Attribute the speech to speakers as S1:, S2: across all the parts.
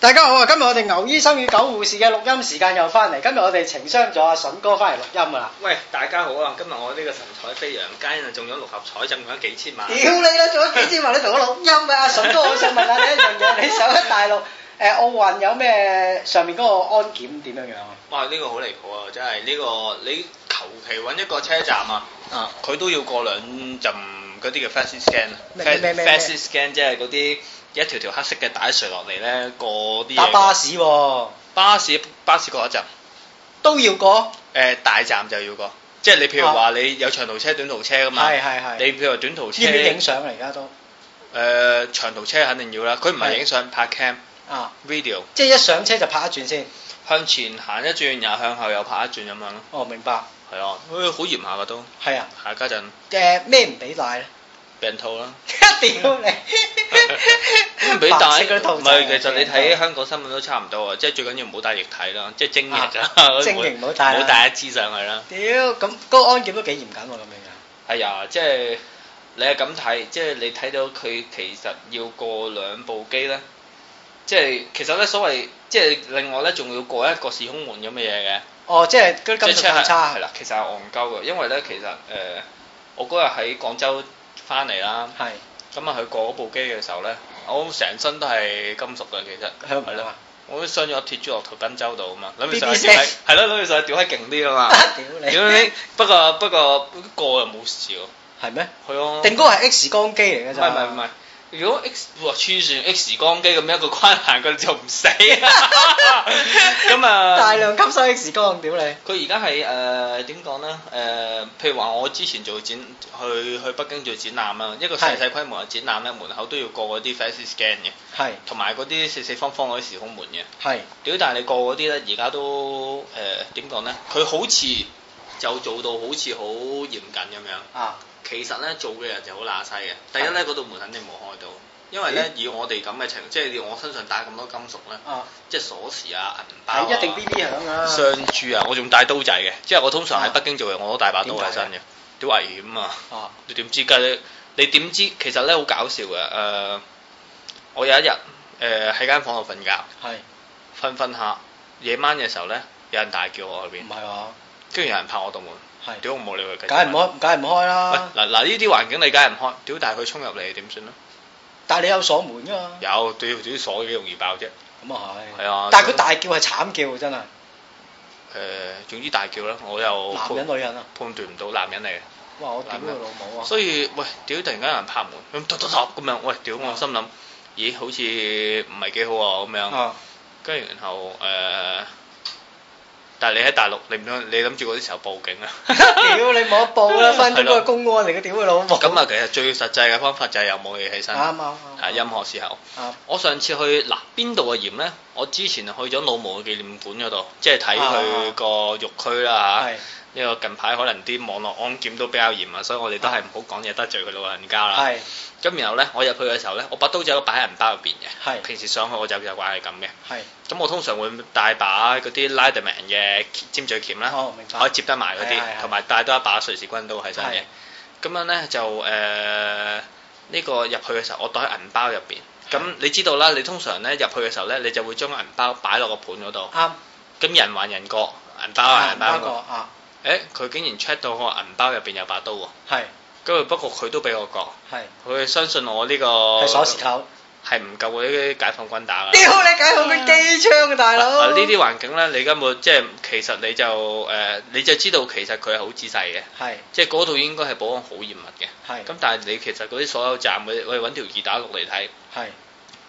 S1: 大家好啊！今日我哋牛醫生與狗護士嘅錄音時間又翻嚟，今日我哋情商咗阿筍哥翻嚟錄音噶啦。
S2: 喂，大家好啊！今日我呢個神采飛揚，皆人中咗六合彩，中咗幾千萬
S1: 屌。你啦，做咗幾千萬你同我錄音嘅阿筍哥，我想問下你一樣嘢，你上一大陸誒奧運有咩上面嗰個安檢點樣樣啊？
S2: 哇！呢、個好離譜啊！真係呢、個你求其揾一個車站啊，
S1: 啊
S2: 佢都要過兩陣嗰啲叫 fast scan 啊
S1: 咩咩咩咩
S2: ，fast scan 即係嗰啲一條條黑色嘅帶垂落嚟咧，過啲嘢
S1: 搭巴士喎，
S2: 巴士巴士過一陣，誒、
S1: 都要過，
S2: 大站就要過，即係你譬如話你有長途車、短途車噶嘛，
S1: 啊係係係。
S2: 你譬如話短途車，
S1: 要唔要影
S2: 誒、
S1: 相啊？而家都
S2: 長途車肯定要啦，佢唔係影相拍 cam
S1: 啊，
S2: video。
S1: 即係一上車就拍一轉先。
S2: 向前行一轉，又向後又跑一轉咁樣咯。
S1: 哦，明白。
S2: 係啊，佢好嚴下噶都。
S1: 係啊，
S2: 下家陣
S1: 誒咩唔俾帶咧？
S2: 病 套啦，
S1: 屌你！
S2: 唔俾帶。
S1: 白色嗰啲
S2: 唔
S1: 套仔
S2: 係，其實你睇香港新聞都差唔多啊，即係最緊要唔好帶液體啦，即係精液
S1: 啊
S2: 啊，
S1: 精液唔好帶啦
S2: 唔好帶一支上去啦。
S1: 屌咁嗰個安檢都幾嚴謹喎，咁樣樣。
S2: 係啊，即係你係咁睇，即係你睇到佢其實要過兩部機咧，即係其實咧所謂即係另外咧仲要過一個時空門咁嘅嘢嘅。
S1: 哦，即係嗰啲金
S2: 即
S1: 屬咁差
S2: 係，啦，其實係戇鳩嘅，因為咧其實誒、呃我嗰日喺廣州翻嚟啦，
S1: 係
S2: 咁啊佢過嗰部機嘅時候咧，我成身都係金屬嘅，其實
S1: 香港
S2: 係啦
S1: 啊！
S2: 我都傷咗鐵珠落頭賓州度啊嘛，諗住
S1: BB
S2: 上去
S1: 聲
S2: 吊閪係咯，諗住上去吊閪勁啲啊嘛，
S1: 屌
S2: 屌
S1: 你
S2: 你！不過不過過又冇事喎，
S1: 係咩？
S2: 係啊，
S1: 定嗰個係 X 光機嚟
S2: 唔
S1: 嘅
S2: 係
S1: 咋？
S2: 唔係唔係。如果 X 哇黐線 X 光機咁樣一個關行佢就唔死，咁啊
S1: 大量吸收 X 光，屌你！
S2: 佢而家係誒呃點講咧？誒、譬如話我之前做展，去去北京做展覽啦，一個細細規模嘅展覽咧，門口都要過嗰啲 fast scan 嘅，
S1: 係
S2: 同埋嗰啲四四方方嗰啲時空門嘅。
S1: 係
S2: 屌！但係你過嗰啲咧，而家都誒點講咧？佢、好似就做到好似好嚴謹咁樣，
S1: 啊，
S2: 其實咧做嘅人就好乸西嘅。第一咧，嗰度門肯定冇開到。因為咧，以我哋咁嘅情，即係以我身上帶咁多金屬咧，
S1: 啊，
S2: 即係鎖匙啊、銀包、啊、
S1: 係一定 B B 響啊！
S2: 雙珠啊，我仲帶刀仔嘅，即係我通常喺北京做嘢，我都帶把刀喺身嘅，屌危險啊！
S1: 啊
S2: 你點知㗎？你你點知？其實咧好搞笑嘅，誒、呃我有一日誒喺間房度瞓覺，
S1: 係
S2: 瞓瞓下，夜晚嘅時候咧，有人大叫我去邊
S1: 唔，係話？
S2: 跟住有人拍我道門，
S1: 係
S2: 屌我冇理佢，繼續
S1: 梗係唔開，梗係唔開
S2: 喂
S1: 啦！
S2: 嗱嗱呢啲環境你梗係唔開，屌但係佢衝入嚟點算咧？
S1: 但係你有鎖門㗎嘛？
S2: 有屌屌鎖幾容易爆啫，
S1: 咁啊係。
S2: 係啊，
S1: 但係佢大叫係慘叫，真係
S2: 誒、呃總之大叫啦，我又
S1: 男人
S2: 判
S1: 女人啊！
S2: 判斷唔到男人嚟嘅。
S1: 哇！我屌佢老母啊！
S2: 所以喂，屌！突然間有人拍門，咁突突突咁樣，喂，屌！我心諗，咦，好似唔係幾好喎咁樣。
S1: 啊，
S2: 跟住然後誒、呃但係你喺大陸，你唔想你諗住嗰啲時候報警啊？
S1: 屌你冇得報啦！分鐘
S2: 係咯
S1: 個公安嚟嘅，屌佢老母！
S2: 咁啊，其實最實際嘅方法就係有武器起身。
S1: 啱啱
S2: 啊！
S1: 啱
S2: 任何時候，
S1: 啱
S2: 我上次去嗱邊度啊嘅鹽呢？我之前去咗老毛嘅紀念館嗰度，即係睇佢個肉區啦嚇。
S1: 啊係
S2: 因為近排可能啲網絡安檢都比較嚴啊，所以我哋都係唔好講嘢得罪佢老人家啦。
S1: 係
S2: 咁然後咧，我入去嘅時候咧，我把刀仔都擺喺銀包入邊嘅。
S1: 係
S2: 平時上去我就習慣係咁嘅。
S1: 係。
S2: 咁我通常會帶把嗰啲 Leatherman 嘅尖嘴鉗啦，
S1: 哦，明白。
S2: 可以接得埋嗰
S1: 係係
S2: 啲，
S1: 係
S2: 同埋帶多一把瑞士軍刀喺身嘅。咁樣咧就誒呢、個入去嘅時候，我袋喺銀包入邊。咁你知道啦，你通常咧入去嘅時候咧，你就會將銀包擺落個盤嗰度。
S1: 啱。
S2: 咁人還人過，銀包還銀
S1: 個
S2: 包過。
S1: 啊，
S2: 誒，佢竟然 check 到我銀包入邊有把刀喎。
S1: 係
S2: 咁不過佢都俾我過，
S1: 係
S2: 佢相信我呢、個
S1: 係鎖匙扣。
S2: 係唔夠嗰啲解放軍打啦。
S1: 屌你解放軍機槍嘅大
S2: 嗱
S1: 佬。
S2: 嗱呢啲環境咧，你根本即係其實你就誒、呃你就知道其實佢係好仔細嘅，
S1: 係
S2: 即係嗰度應該係保安好嚴密嘅。
S1: 係
S2: 咁但係你其實嗰啲所有站嘅，我哋揾條二打六嚟睇，
S1: 係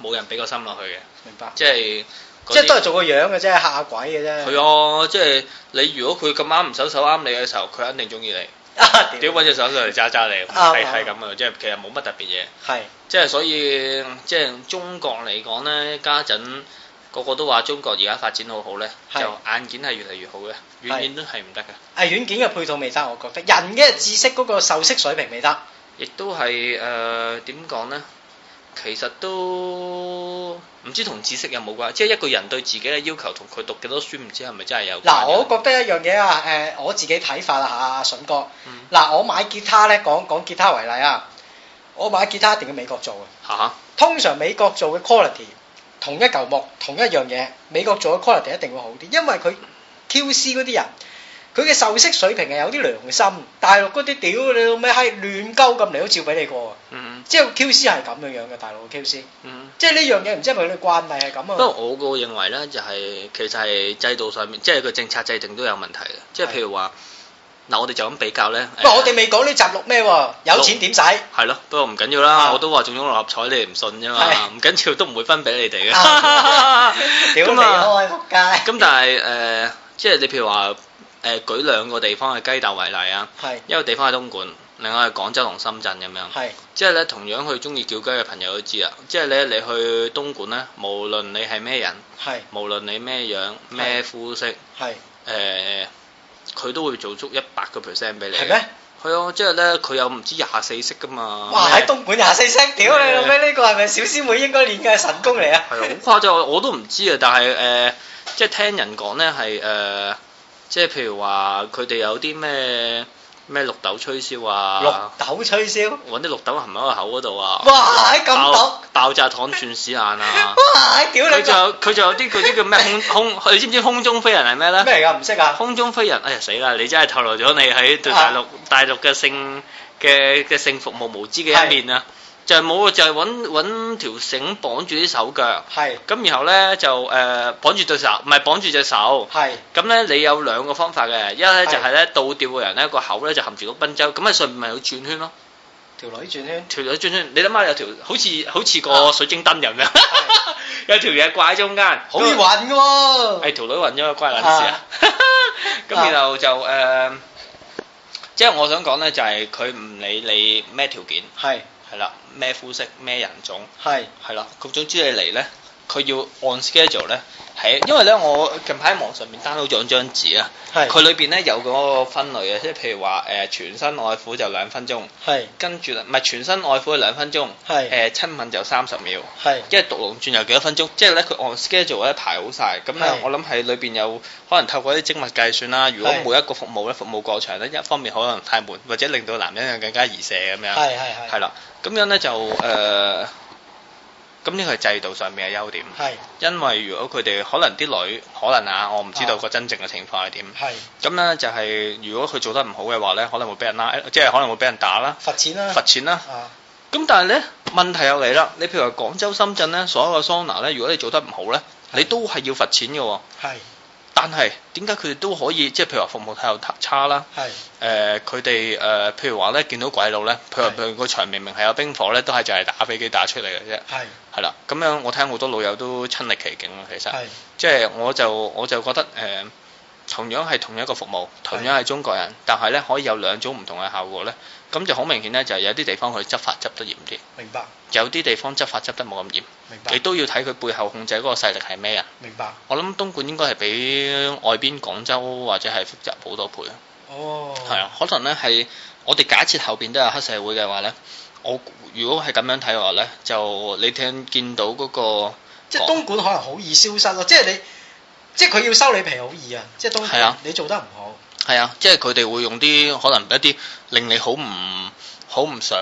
S2: 冇人俾個心落去嘅，
S1: 明白，
S2: 即係嗰啲
S1: 即係都係做個樣嘅啫，嚇下鬼嘅 啫。
S2: 係啊！即係你如果佢咁啱唔手手啱你嘅時候，佢肯定中意你，
S1: 啊
S2: 屌揾隻手上嚟揸揸你，
S1: 啱
S2: 係
S1: 啱
S2: 係咁嘅，即係其實冇乜特別嘢。
S1: 係
S2: 即係所以，即係中國嚟講呢，家陣個個都話中國而家發展好好呢，
S1: 係
S2: 就硬件係越嚟越好嘅，軟件都係唔得嘅，
S1: 啊軟件嘅配套未得，我覺得人嘅知識嗰個受識水平未得。
S2: 亦都係誒點講呢？其實都唔知同知識有冇關，即係一個人對自己嘅要求同佢讀幾多書，唔知係咪真係有關嘅
S1: 嗱，我覺得一樣嘢啊，誒我自己睇法啦嚇，阿筍哥
S2: 嗯。
S1: 嗱，我買吉他咧，講講吉他 à. 為例啊，我買吉他一定要美國做嘅，
S2: 嚇
S1: 通常美國做嘅 quality 同一嚿木同一樣嘢，美國做嘅 quality 一定會好啲，因為佢 QC 嗰啲人。佢嘅受識水平係有啲良心，大陸嗰啲屌你老味閪亂鳩咁嚟都照俾你過啊！
S2: 嗯
S1: 即係 QC 係咁樣樣嘅大陸嘅 QC，
S2: 嗯。
S1: 即係呢樣嘢唔知係咪佢哋慣例係咁
S2: 不
S1: 啊？
S2: 過我個認為咧，就係、其實係制度上面，即係個政策制定都有問題嘅。即係譬如話，嗱，我哋就咁比較咧。
S1: 唔係我哋未講呢集錄咩喎？有錢點使？
S2: 係咯，不過唔緊要啦，我都話中咗六合彩，你哋唔信啫嘛，
S1: 啊係
S2: 唔緊要，都唔會分俾你哋
S1: 啊
S2: 嘅。
S1: 屌你
S2: 咁啊
S1: 開仆街！
S2: 咁但係誒、呃即係你譬如話誒、呃，舉兩個地方嘅雞蛋為例啊，
S1: 係
S2: 一個地方係東莞，另外係廣州同深圳咁樣。
S1: 係
S2: 即係咧，同樣去中意叫雞嘅朋友都知啊。即係咧，你去東莞咧，無論你係咩人，
S1: 係
S2: 無論你咩樣、咩膚色，誒、呃
S1: 係
S2: 佢都會做足一百個 percent 俾你。
S1: 係咩？
S2: 係啊，即係咧，佢有唔知廿四式噶嘛。
S1: 哇！
S2: 啊咩
S1: 喺東莞廿四聲，屌你老味！呢個係咪小師妹應該練嘅神功嚟啊？
S2: 係啊， 好誇張，我我都唔知啊。但係誒、呃即係聽人講咧，係誒、呃即係譬如話佢哋有啲咩咩綠豆吹簫
S1: 綠
S2: 啊，
S1: 豆吹簫，
S2: 揾啲綠豆含喺個口嗰度啊，
S1: 哇！咁
S2: 爆
S1: 毒，
S2: 爆炸糖轉屎 眼啊！
S1: 哇！屌
S2: 佢
S1: 你
S2: 就
S1: 個
S2: 有佢就有啲嗰啲叫咩 空空，你知唔知空中飛人係咩咧？
S1: 咩嚟㗎？唔識啊？
S2: 空中飛人，哎呀死啦！你真係透露咗你喺對大陸大陸嘅性嘅嘅性服務無知嘅一面啊！就係冇，就係揾揾條繩綁住啲手腳。
S1: 係
S2: 咁然後咧就誒、呃、綁住對手，唔係綁住隻手。
S1: 係
S2: 咁咧你有兩個方法嘅，一咧
S1: 係
S2: 就係咧倒吊嘅人咧個口咧就含住個賓州，咁啊上面咪要轉圈咯，
S1: 條女轉圈，
S2: 條女轉圈。你諗下有條好似好似個
S1: 啊
S2: 水晶燈咁樣， 有條嘢掛喺中間，
S1: 好易暈㗎喎。
S2: 係條女暈咗，關撚事啊！ 咁
S1: 啊
S2: 然後就誒、呃即係我想講咧，就係佢唔理你咩條件，
S1: 係
S2: 係啦，咩膚色、咩人種。
S1: 係
S2: 係啦，咁總之你嚟咧，佢要按 schedule 咧，係因為咧我近排喺網上面 download 咗張紙啊，
S1: 係
S2: 佢裏邊咧有嗰個分類嘅，即係譬如話誒、呃全身愛撫就兩分鐘，
S1: 係
S2: 跟住呢唔係全身愛撫係兩分鐘，誒、
S1: 係
S2: 親吻就三十秒，
S1: 係
S2: 因為獨龍轉有幾多分鐘，即係咧佢按 schedule 咧排好晒。咁咧
S1: 係
S2: 我諗係裏邊有可能透過啲精密計算啦，如果
S1: 係
S2: 每一個服務咧服務過長咧，一方面可能太悶，或者令到男人更加易射咁樣。
S1: 係係係
S2: 係啦，咁樣咧就誒，呃咁呢個係制度上面嘅優點，
S1: 係
S2: 因為如果佢哋可能啲女可能啊，我唔知道
S1: 啊
S2: 個真正嘅情況係點，
S1: 係
S2: 咁咧就係如果佢做得唔好嘅話咧，可能會俾人拉，呃即係可能會俾人打啦、
S1: 罰錢啦
S2: 罰。錢啦。
S1: 啊
S2: 咁但係咧問題又嚟啦，你譬如話廣州、深圳咧，所有嘅桑拿咧，如果你做得唔好咧，你都係要罰錢嘅喎。
S1: 係
S2: 但係點解佢哋都可以，即係譬如話服務態度差啦？
S1: 係
S2: 誒呃佢哋誒，譬如話咧，見到鬼佬咧，譬如
S1: 係
S2: 譬如個場明明係有冰火咧，都係就係打飛機打出嚟嘅啫，
S1: 係
S2: 係啦。咁樣我聽好多老友都親歷其境啊，其實
S1: 係
S2: 即係我就我就覺得誒、呃同樣係同一個服務，同樣係中國人，但係咧可以有兩種唔同嘅效果咧。咁就好明顯咧，就係有啲地方佢執法執得嚴啲，
S1: 明白
S2: 有啲地方執法執得冇咁嚴，
S1: 明
S2: 亦
S1: 白
S2: 都要睇佢背後控制嗰個勢力係咩人。
S1: 明白。
S2: 我諗東莞應該係比外邊廣州或者係複雜好多倍。
S1: 哦，
S2: 係啊，可能咧係我哋假設後邊都有黑社會嘅話咧，我估如果係咁樣睇嘅話咧，就你聽見到嗰、個
S1: 即係東莞可能好易消失咯，即係你，即係佢要收你皮好易啊！即係東
S2: 係
S1: 莞，
S2: 啊
S1: 你做得唔好，
S2: 係啊，即係佢哋會用啲可能一啲令你好唔好唔想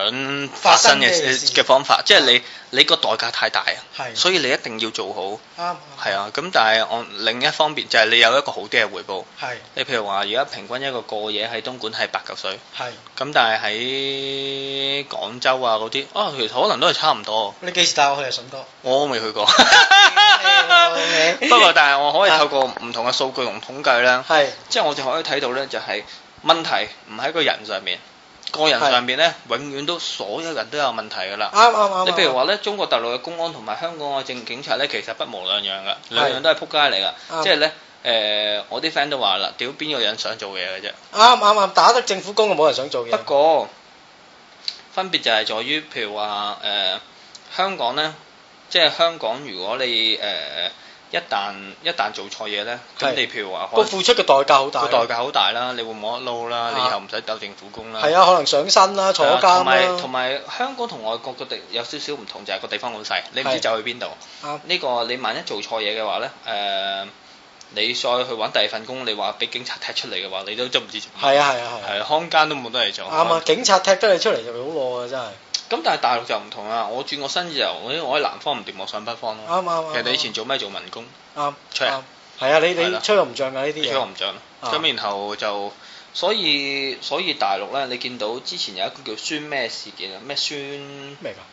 S2: 發
S1: 發生
S2: 生嘅
S1: 嘅事
S2: 嘅方法，即係你你個代價太大啊，
S1: 係
S2: 所以你一定要做好。
S1: 啱
S2: 係啊，咁但係我另一方面就係你有一個好啲嘅回報。
S1: 係
S2: 你譬如話，而家平均一個過夜喺東莞係八嚿水，
S1: 係。
S2: 咁但係喺廣州啊嗰啲，啊其實可能都係差唔多。
S1: 你幾時帶我去啊，筍 哥？哎
S2: 我未去過，
S1: 你
S2: 不過但係我可以透過唔同嘅數據同統計咧，
S1: 係
S2: 即係我哋可以睇到咧，就係問題唔喺個人上面，個人上面咧永遠都所有人都有問題㗎啦
S1: 啱。啱啊啱。
S2: 你譬如
S1: 話，
S2: 話咧，中國大陸嘅公安同埋香港嘅正警察咧，其實不無兩樣㗎，兩
S1: 係
S2: 樣都係撲街嚟㗎。
S1: 啱
S2: 即係咧，誒，我啲 friend 都話啦，屌邊個人想做嘢嘅啫。
S1: 啱啱啱打得政府工，冇人想做
S2: 不
S1: 嘢。
S2: 過分別就係在於，譬如話誒、呃香港呢，即係香港，如果你誒、呃一旦一旦做錯嘢呢，咁
S1: 係
S2: 你譬如話可
S1: 個
S2: 能
S1: 付出嘅代價好大。
S2: 個代價好大啦，你會冇得撈啦，你以
S1: 啊
S2: 後唔使鬥政府工啦。
S1: 係啊，可能上身啦，坐
S2: 係啊
S1: 監啦。
S2: 同埋同埋香港同外國個地有少少唔同，就係個地方好細，你唔知
S1: 係啊
S2: 走去邊度。
S1: 啱
S2: 呢個你萬一做錯嘢嘅話呢，誒、你再去揾第二份工，你話俾警察踢出嚟嘅話，你都真唔知做乜。
S1: 係啊係啊係啊。
S2: 係啊，看更都冇得嚟做。
S1: 啱啊！警察踢得你出嚟就好攞啊，真係。
S2: 咁但係大陸就唔同啊啦，我轉個身由我我喺南方唔掂，我上北方咯。
S1: 啱啱
S2: 人
S1: 啱
S2: 哋以前做咩做民工，
S1: 啱
S2: 吹
S1: 啱
S2: 啊，
S1: 係啊，你
S2: 係
S1: 你
S2: 啦
S1: 吹我唔漲㗎呢
S2: 你
S1: 啲
S2: 吹我
S1: 嘢，
S2: 唔漲。
S1: 啊
S2: 咁然後就所以所以大陸咧，你見到之前有一個叫孫咩事件啊，咩孫
S1: 咩㗎？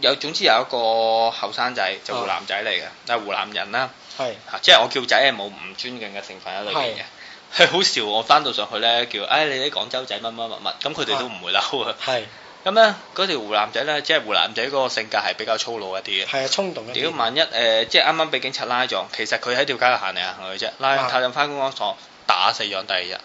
S2: 有總之有一個後生仔就湖南仔嚟嘅，但係湖南人啦。
S1: 係
S2: 嚇，即係我叫仔係冇唔尊敬嘅成分喺裏邊嘅。係好笑，我翻到上去咧，叫唉、你啲廣州仔乜乜乜乜，咁佢哋都唔會嬲啊。
S1: 係
S2: 咁咧嗰條湖南仔咧，即係湖南仔嗰個性格係比較粗魯一啲嘅。
S1: 係啊，衝動一
S2: 屌，
S1: 啲，
S2: 萬一誒、呃即係啱啱俾警察拉咗，其實佢喺條街度行嚟行去啫，拉
S1: 啊
S2: 人探人翻公安所，打死咗第二日，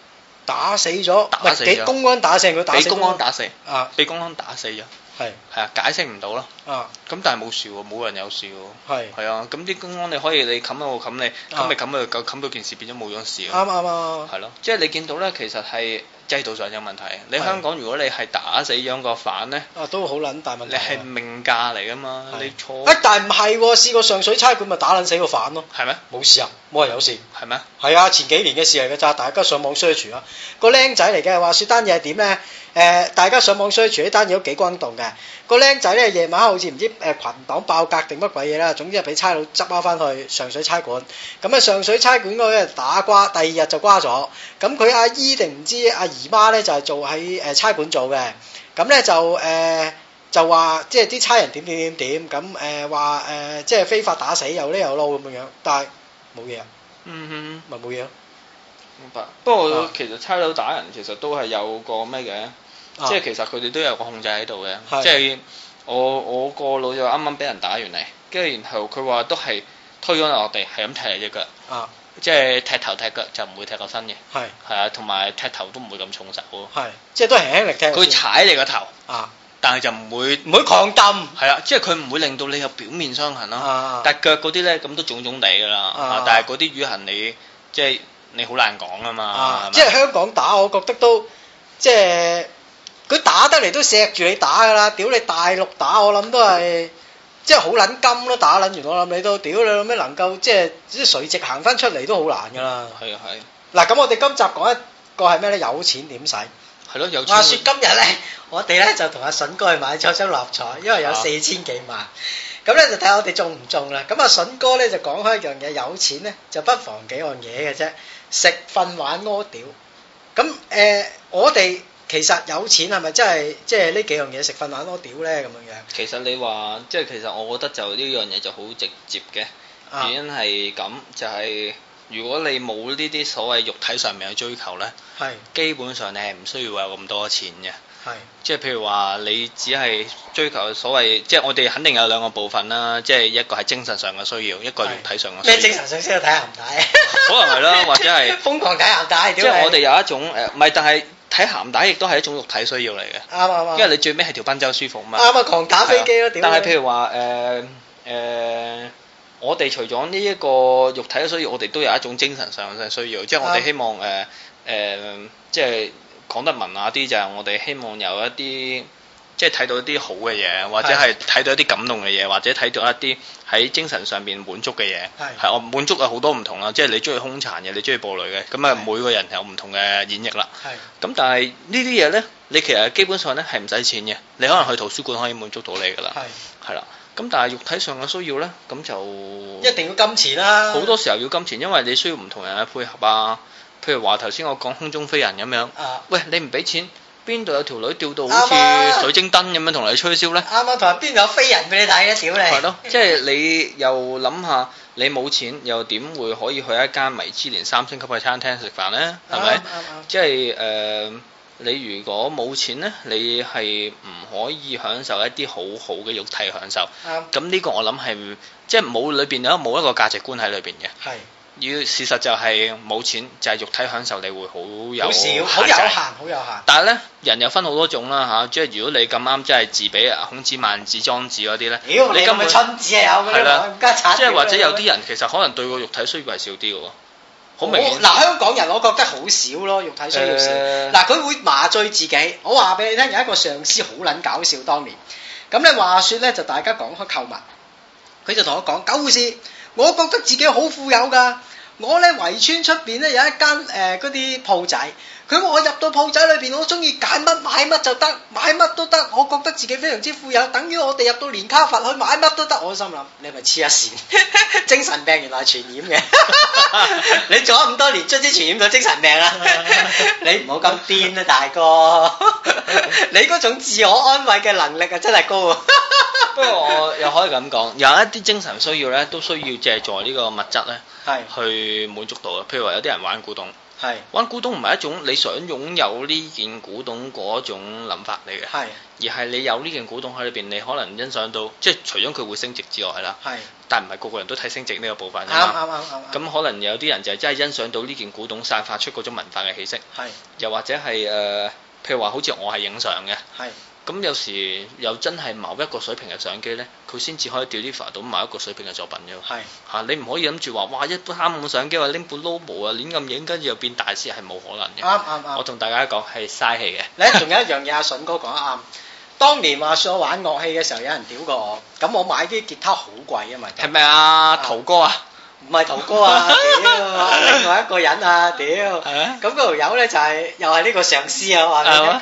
S1: 打死咗，
S2: 打
S1: 唔係
S2: 死
S1: 俾
S2: 咗
S1: 公安打死佢，打
S2: 俾
S1: 死
S2: 公安打死，
S1: 啊，
S2: 俾公安打死咗，
S1: 係
S2: 係啊，解釋唔到咯。
S1: 啊，
S2: 咁但係冇事喎，冇人有事喎。
S1: 係
S2: 係啊，咁啲公安你可以你冚我冚你，
S1: 啊
S2: 冚咪冚咪冚到件事變咗冇咗事
S1: 啱啱
S2: 咯。
S1: 啱，啊
S2: 係咯，即係你見到咧，其實係制度上有問題。你
S1: 係
S2: 香港如果你係打死咗個犯咧，
S1: 啊都好撚大問
S2: 你
S1: 題
S2: 係
S1: 啊。
S2: 命價嚟噶嘛，
S1: 係
S2: 你錯
S1: 啊，但係唔係喎，試過上水差館咪打撚死個犯咯，
S2: 係咩？
S1: 冇事啊，冇話有事。
S2: 係咩？
S1: 係啊，前幾年嘅事嚟嘅咋，大家上網 search 啊。個僆仔嚟嘅話説單嘢係點咧？誒、大家上網 search 呢單嘢都幾轟動嘅。個僆仔咧夜晚好似唔知誒群黨爆格定乜鬼嘢啦，總之係俾差佬執翻翻去上水差館。咁啊上水差館嗰日打瓜，第二日就瓜咗。咁佢阿姨定唔知阿姨媽咧就係、做喺誒差館做嘅。咁咧就誒。就話即係啲差人點點點點咁誒話誒即係非法打死又呢又撈咁樣樣，但係冇嘢啊，
S2: 嗯哼。
S1: 咪冇嘢咯。
S2: 明白。不過
S1: 啊
S2: 其實差佬打人其實都係有個咩嘅，
S1: 啊
S2: 即係其實佢哋都有個控制喺度嘅。
S1: 係
S2: 即係我我個老友啱啱俾人打完嚟，跟住然後佢話都係推咗落地，係咁踢你只腳，
S1: 啊，
S2: 即係踢頭踢腳就唔會踢個身嘅，
S1: 係
S2: 係啊，同埋踢頭都唔會咁重手咯。
S1: 係，即係都係輕輕力踢
S2: 佢
S1: 佢
S2: 會
S1: 先
S2: 踩你個頭，
S1: 啊，
S2: 但係就唔會
S1: 唔好狂揼
S2: 係啦，即係佢唔會令到你有表面傷痕咯。
S1: 啊，
S2: 但係腳嗰啲咧咁都腫腫地㗎啦，
S1: 啊
S2: 啊但係嗰啲瘀痕你即係你好難講啊嘛
S1: 啊，，
S2: 係咪
S1: 即係香港打，我覺得都即係佢打得嚟都錫住你打㗎啦，屌你大陸打我諗都係。即係好撚金咯，打撚完我諗你都屌你老咩能夠即係啲垂直行翻出嚟都好難㗎啦。
S2: 係啊係啊
S1: 嗱咁我哋今集講一個係咩咧？有錢點使？
S2: 係咯，有
S1: 話
S2: 錢
S1: 説今日咧， 我哋咧就同阿筍哥去買咗張六合彩，因為有
S2: 啊
S1: 四千幾萬。咁咧就睇下我哋中唔中啦。咁阿筍哥咧就講開一樣嘢，有錢咧就不妨幾樣嘢嘅啫，食瞓玩屙屌。咁誒、呃我哋其實有錢係咪真係即係呢幾樣嘢食瞓玩屙屌咧咁樣樣？
S2: 其實你話即係其實我覺得就呢樣嘢就好直接嘅，
S1: 啊
S2: 原因係咁就係、如果你冇呢啲所謂肉體上面嘅追求呢，
S1: 係
S2: 基本上你係唔需要有咁多錢嘅。
S1: 係
S2: 即係譬如話，你只係追求所謂，即係我哋肯定有兩個部分啦，即係一個係精神上嘅需要，一個係肉體上嘅需要。
S1: 咩精神上先去睇鹹帶？
S2: 可能係 啦或者啊係
S1: 瘋狂睇鹹帶。
S2: 即
S1: 屌
S2: 係
S1: 你
S2: 我哋有一種誒，唔係，但係睇鹹帶亦都係一種肉體需要嚟嘅，
S1: 啱啊啱啱
S2: 因為你最尾係條賓州舒服嘛。
S1: 啱啊，狂打飛機咯，
S2: 係啊
S1: 屌！
S2: 但係譬如話誒誒，我哋除咗呢一個肉體嘅需要，我哋都有一種精神上嘅需要，即係我
S1: 啱
S2: 哋希望誒誒、呃即係講得文雅啲就係我哋希望有一啲。即係睇到一啲好嘅嘢，或者係睇到一啲感動嘅嘢，或者睇到一啲喺精神上面滿足嘅嘢，
S1: 係
S2: 係我滿足有好多唔同啦。即係你中意兇殘嘅，你中意暴戾嘅，咁
S1: 係
S2: 啊每個人有唔同嘅演繹啦。
S1: 係
S2: 咁但係呢啲嘢呢，你其實基本上呢係唔使錢嘅，你可能去圖書館可以滿足到你噶啦，
S1: 係
S2: 係啦。咁但係肉體上嘅需要呢，咁就
S1: 一定要金錢啦，
S2: 好多時候要金錢，因為你需要唔同人嘅配合啊。譬如話頭先我講空中飛人咁樣，
S1: 啊。
S2: 喂你唔俾錢，邊度有條女吊到好
S1: 啱啊
S2: 似水晶燈咁樣同你吹簫呢？
S1: 啱啱同埋邊有飛人俾你睇咧？啊屌你！
S2: 係咯，即係你又諗下，你冇錢又點會可以去一間米芝蓮三星級嘅餐廳食飯呢？係咪
S1: 啱？啱
S2: 即係誒、呃你如果冇錢呢，你係唔可以享受一啲好好嘅肉體享受。
S1: 啱啱，
S2: 咁呢個我諗係即係冇裏邊有冇一個價值觀喺裏邊嘅。
S1: 係
S2: 要事實就係冇錢就係、肉體享受，你會好有
S1: 好少，好
S2: 限
S1: 有
S2: 制
S1: 限，好有限。
S2: 但係咧，人又分好多種啦嚇、即係如果你咁啱真係自比啊孔子、孟子、莊子嗰啲咧，
S1: 屌你
S2: 根
S1: 咁嘅
S2: 本
S1: 春子係有嘅
S2: 係啦
S1: 啦，冚家產
S2: 即係或者
S1: 屌
S2: 有
S1: 你
S2: 啲人其實可能對個肉體需要係少啲嘅喎，好明
S1: 我
S2: 顯。
S1: 嗱，香港人我覺得好少咯，肉體需要少。
S2: 誒
S1: 嗱，佢會麻醉自己。我話俾你聽，有一個上司好撚搞笑，當年咁咧話説咧，就大家講開購物，佢就同我講：狗護士，我覺得自己好富有㗎。我咧圍村出邊咧有一間誒嗰啲鋪仔，佢話我入到鋪仔裏邊，我中意揀乜買乜就得，買乜都得，我覺得自己非常之富有，等於我哋入到連卡佛去買乜都得，我心諗你係咪黐一 線，精神病原來係傳染嘅， 你做咗咁多年，卒之傳染咗精神病 啦，你唔好咁癲啦，大 哥，你嗰種自我安慰嘅能力啊真係高啊！
S2: 不過我又可以咁講，有一啲精神需要咧，都需要借助呢個物質咧，
S1: 係
S2: 去滿足到嘅。譬如話有啲人玩古董，
S1: 係
S2: 玩古董唔係一種你想擁有呢件古董嗰種諗法嚟嘅，
S1: 係
S2: 而係你有呢件古董喺裏邊，你可能欣賞到，即係除咗佢會升值之外啦，
S1: 係
S2: 但唔係個個人都睇升值呢個部分
S1: 啱
S2: 㗎嘛
S1: 啱啱啱
S2: 咁可能有啲人就係真係欣賞到呢件古董散發出嗰種文化嘅氣息，
S1: 係
S2: 又或者係誒、呃譬如話好似我係影相嘅。
S1: 係
S2: 咁有時又真係某一個水平嘅相機呢，佢先至可以 deliver 到某一個水平嘅作品嘅喎。
S1: 係
S2: 嚇、你唔可以諗住話，哇！一部三五相機或者拎本 Lomo 啊，亂咁影，跟住又變大師，係冇可能
S1: 啱
S2: 嘅。
S1: 啱啱
S2: 我。同大家講係嘥氣嘅。
S1: 咧，仲有啊一樣嘢，阿筍哥講得啱。當年話說我玩樂器嘅時候，有人屌過我，咁我買啲吉他好貴啊嘛，
S2: 係咪啊，陶哥啊？
S1: 唔係陶哥啊，屌，另外一個人啊，屌，
S2: 係咩
S1: 咁嗰條友咧就係又係呢個上司啊，話你
S2: 係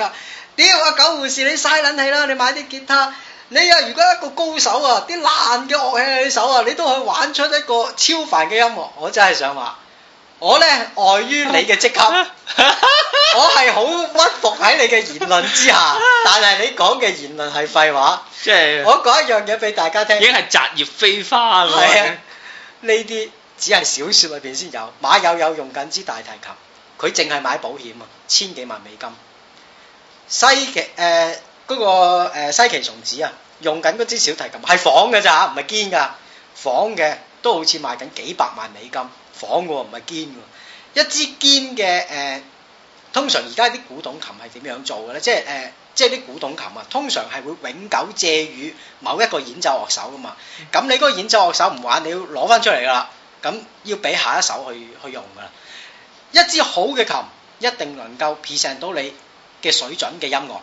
S1: 點屌阿九護士你嘥撚氣啦，你買啲吉他。你啊，如果一個高手啊，啲爛嘅樂器喺你手啊，你都可以玩出一個超凡嘅音樂，我真係想話，我咧礙於你嘅職級。我係好屈服喺你嘅言論之下，但係你講嘅言論係廢話。
S2: 即係
S1: 我講一樣嘢俾大家聽，
S2: 已經係摘葉飛花啦。
S1: 係啊，呢啲只係小説裏邊先有。馬友友用緊支大提琴，佢淨係買保險啊，千幾萬美金。西奇誒嗰個誒西奇松子啊，用緊嗰支小提琴係仿嘅咋，唔係堅㗎，仿嘅都好似賣緊幾百萬美金，仿嘅喎，唔係堅嘅喎。一支堅嘅誒，通常而家啲古董琴係點樣做嘅咧？即係誒、呃即係啲古董琴啊，通常係會永久借予某一個演奏樂手噶嘛。咁你嗰個演奏樂手唔玩，你要攞翻出嚟噶啦，咁要俾下一手去去用噶啦。一支好嘅琴一定能夠 present 到你嘅水準嘅音樂。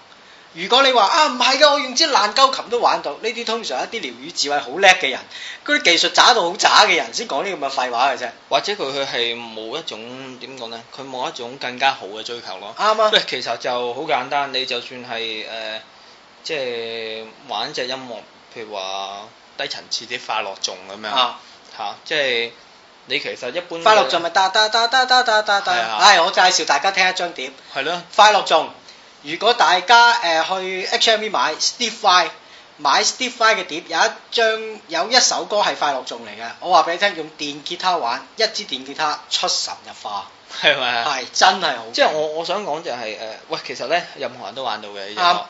S1: 如果你話啊唔係嘅，我用支爛鳩琴都玩到，呢啲通常一啲療語智慧好叻嘅人，嗰啲技術渣到好渣嘅人先講呢咁嘅廢話嘅啫。
S2: 或者佢佢係冇一種點講呢？佢冇一種更加好嘅追求咯。
S1: 啱啊，
S2: 喂，其實就好簡單，你就算係誒、呃即係玩隻音樂，譬如話低層次啲快樂頌咁樣嚇、
S1: 啊，
S2: 即係你其實一般
S1: 快樂頌咪嗒嗒嗒嗒嗒嗒嗒
S2: 係啊
S1: 嗒，唉，我介紹大家聽一張碟。
S2: 係咯，
S1: 快樂頌。如果大家誒、呃去 HMV 買 Steve Vai，買 Steve Vai 嘅碟，有一張有一首歌係快樂頌嚟嘅。我話俾你聽，用電吉他玩，一支電吉他出神入化，
S2: 係咪啊？
S1: 係真係好。
S2: 即係我我想講就係、誒、呃喂，其實咧任何人都玩到嘅呢隻
S1: 啱
S2: 歌。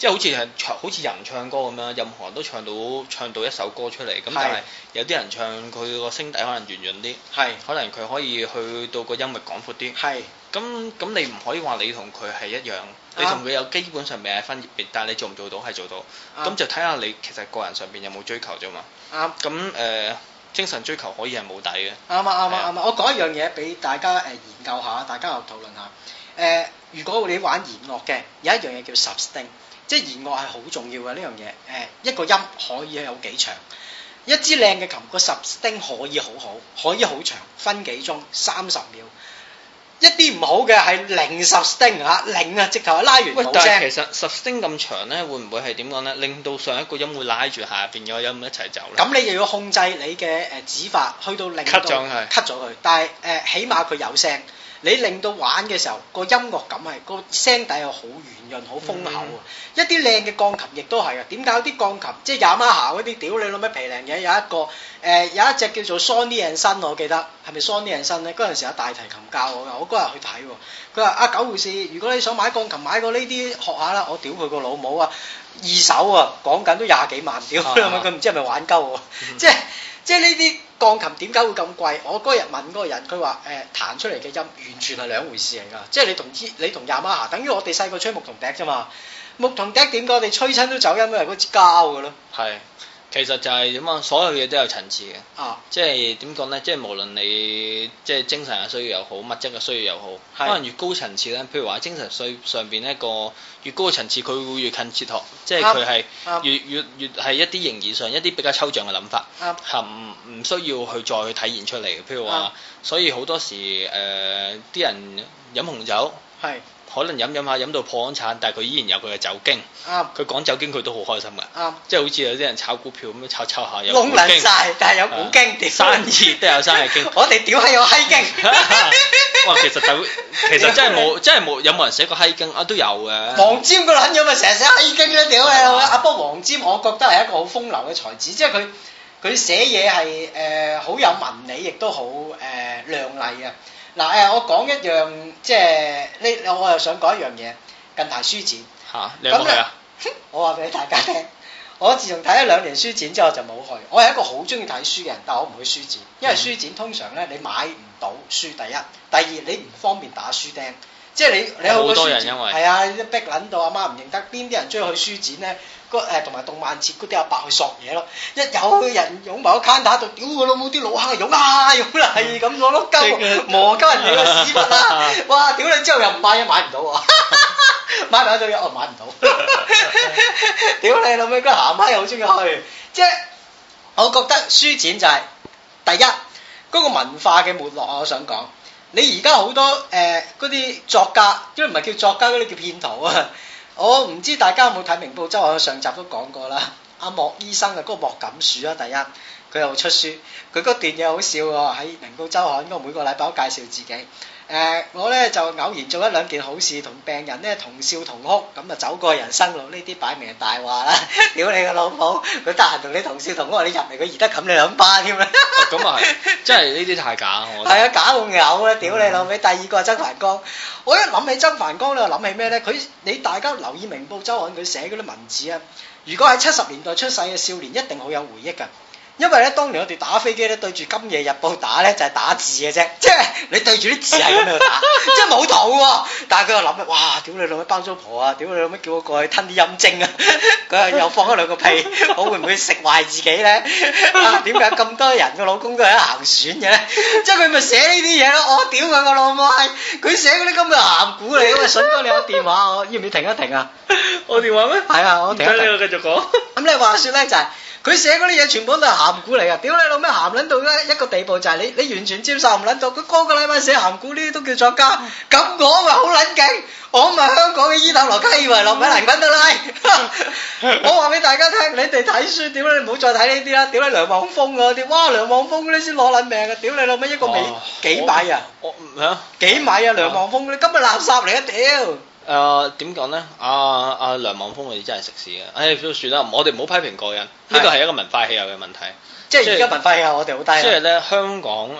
S2: 即係好似係唱，好似人唱歌咁樣，任何人都唱到唱到一首歌出嚟。咁
S1: 係
S2: 但係有啲人唱佢個聲底可能圓潤啲，
S1: 係
S2: 可能佢可以去到個音域廣闊啲。
S1: 係
S2: 咁咁你唔可以話你同佢係一樣，你同佢有基本上未係分別，但係你做唔做到係做到，咁
S1: 啱
S2: 就睇下你其實個人上邊有冇追求啫嘛。
S1: 啱
S2: 咁誒、呃精神追求可以係冇底嘅，
S1: 啱啊啱
S2: 係啊
S1: 啊啱啊！我講一樣嘢俾大家誒、呃研究下，大家又討論下。誒、如果你玩弦樂嘅，有一樣嘢叫 sustain，即係弦樂係好重要嘅呢樣嘢。誒、一個音可以有幾長，一支靚嘅琴個 sustain 可以好好，可以好長，分幾鐘，三十秒。一啲唔好嘅係零 sustain 嚇，零啊，直頭係拉完
S2: 喂，
S1: 冇
S2: 但
S1: 聲
S2: 係。其實十聲咁長咧，會唔會係點講咧？令到上一個音會拉住下邊嘅音一齊走咧？
S1: 咁你又要控制你嘅誒指法，去到令到
S2: cut 咗佢
S1: cut 咗佢，但係誒、呃起碼佢有聲。你令到玩嘅時候，個音樂感係個聲底係好圓潤、好豐厚
S2: 嗯
S1: 啊！一啲靚嘅鋼琴亦都係啊！點解有啲鋼琴即係 Yamaha 嗰啲屌你老咩皮靚嘢？有一個誒、呃有一隻叫做 Sony and Son，我記得係咪 Sony and Son 咧？嗰陣時有大提琴教我㗎，我嗰日去睇喎。佢話：阿九護士，如果你想買鋼琴，買個呢啲學下啦。我屌佢個老母啊！二手啊，講緊都廿幾萬，屌
S2: 啊嗯
S1: 佢老母佢唔知係咪玩鳩喎？即係即係呢啲鋼琴點解會咁貴？我嗰日問嗰個人，佢話誒彈出嚟嘅音完全係兩回事嚟㗎，即係你同你同 Yamaha 等於我哋細個吹牧童笛啫嘛。牧童笛點解我哋吹親都走音都係嗰支膠㗎咯？
S2: 係其實就係點啊，所有嘢都有層次嘅。
S1: 啊，
S2: 即係點講呢？即係無論你即係精神嘅需要又好，物質嘅需要又好，
S1: 係
S2: 可能越高層次呢，譬如話喺精神需上邊一個越高嘅層次，佢會越近哲學，即係佢係
S1: 啱
S2: 越越越係一啲形而上一啲比較抽象嘅諗法，
S1: 啱
S2: 係唔唔需要去再去體現出嚟嘅。譬如話，所以好多時誒啲、人飲紅酒，
S1: 係
S2: 可能飲飲下飲到破產，但係佢依然有佢嘅酒經，
S1: 啱
S2: 佢講酒經佢都好開心㗎。
S1: 啱，
S2: 即係好似有啲人炒股票咁樣炒炒下有
S1: 窿
S2: 股
S1: 撚
S2: 經，
S1: 晒，但係有古經屌
S2: 生意都有生 意經。
S1: 我哋屌閪有閪 經，
S2: 哇，其實就其實真係冇，真係冇有冇人寫過閪經啊？都有嘅。
S1: 黃尖個撚樣咪成日寫閪經咧，屌你老味！
S2: 係嘛
S1: 啊，不過黃尖我覺得係一個好風流嘅才子，即係佢佢寫嘢係誒好有文理，亦都好誒亮麗啊！嗱誒，我講一樣即係呢，我又想講一樣嘢，近排書展。
S2: 嚇，你有冇去啊？
S1: 我話俾大家聽，我自從睇咗兩年書展之後就冇去。我係一個好中意睇書嘅人，但我唔去書展，因
S2: 嗯
S1: 為書展通常咧你買唔到書，第一，第二你唔方便打書釘，即係你你去
S2: 好
S1: 個
S2: 多
S1: 書
S2: 人
S1: 展
S2: 因為
S1: 係啊，你逼撚到阿媽唔認得，邊啲人中意去書展咧？個誒同埋動漫節嗰啲阿伯去索嘢咯，一有人擁埋個 counter 度，屌佢老母啲老坑擁啊擁啦，係咁攞碌鳩磨鳩人哋個屎忽啦！ 哇！屌你之後又唔買嘢買唔到喎， 買埋一堆嘢哦買唔到，屌你老味嗰個鹹閪好中意去，即係我覺得書展就係、第一嗰、個文化嘅沒落啊！我想講。你而家好多誒嗰啲作家，因為唔係叫作家嗰啲叫騙徒啊！ 我唔知大家有冇睇《明報周刊》，我上集都講過啦。阿莫醫生啊，嗰、個莫錦樹啊，第一佢又出書，佢嗰段嘢好笑喎，喺《明報周刊》嗰個每個禮拜都介紹自己。誒、我咧就偶然做一兩件好事，同病人咧同笑同哭，咁啊走過人生路，呢啲擺明係大話啦！ 屌你個老母，佢得閒同你同笑同哭，你入嚟佢而得冚你兩巴添啦！
S2: 哦咁啊 係，真係呢啲太假，我覺
S1: 係
S2: 得。
S1: 啊，假到嘔啦！屌你老味！第二個係曾凡光，我一諗起曾凡光，你又諗起咩咧？佢你大家留意明報周刊佢寫嗰啲文字啊，如果喺七十年代出世嘅少年，一定好有回憶㗎。因為咧，當年我哋打飛機咧，對住《今夜日報》打咧，就係、打字嘅啫， 即係你對住啲字係咁樣打，即係冇圖喎。但係佢又諗哇！屌你老味包租婆啊！屌你老味叫我過去吞啲陰精啊！ 佢又放咗兩個屁，我會唔會食壞自己咧？啊！點解咁多人個老公都係行船嘅咧？ 即係佢咪寫呢啲嘢咯？我哦屌佢個老母閪！佢寫嗰啲咁嘅鹹股嚟嘅嘛！筍哥，你有電話我，要唔要停一停啊？
S2: 我電話咩？
S1: 係啊，我停一停。
S2: 繼續講。
S1: 咁你話説咧就係、佢寫嗰啲嘢全部都係鹹股嚟嘅，屌你老味鹹撚到咧一個地步就係你你完全接受唔撚到，佢個個禮拜寫鹹股呢啲都叫作家，咁我咪好撚勁，我咪香港嘅伊塔羅卡爾維洛米蘭昆德拉， 我話俾大家聽，你哋睇書屌你唔好再睇呢啲啦，屌你梁望峰嗰啲，哇梁望峰嗰啲先攞撚命嘅，屌你老味一個尾
S2: 哦
S1: 幾米啊，
S2: 我唔係啊。
S1: 幾米啊梁望峰嗰啲，今日垃圾嚟嘅屌！
S2: 誒點講咧？阿阿梁望峰佢哋真係食屎嘅。唉，都算啦，我哋唔好批評個人，呢個係一個文化氣候嘅問題。
S1: 即係而啊家文化氣候我哋好低
S2: 即
S1: 啦，
S2: 係咧，香港誒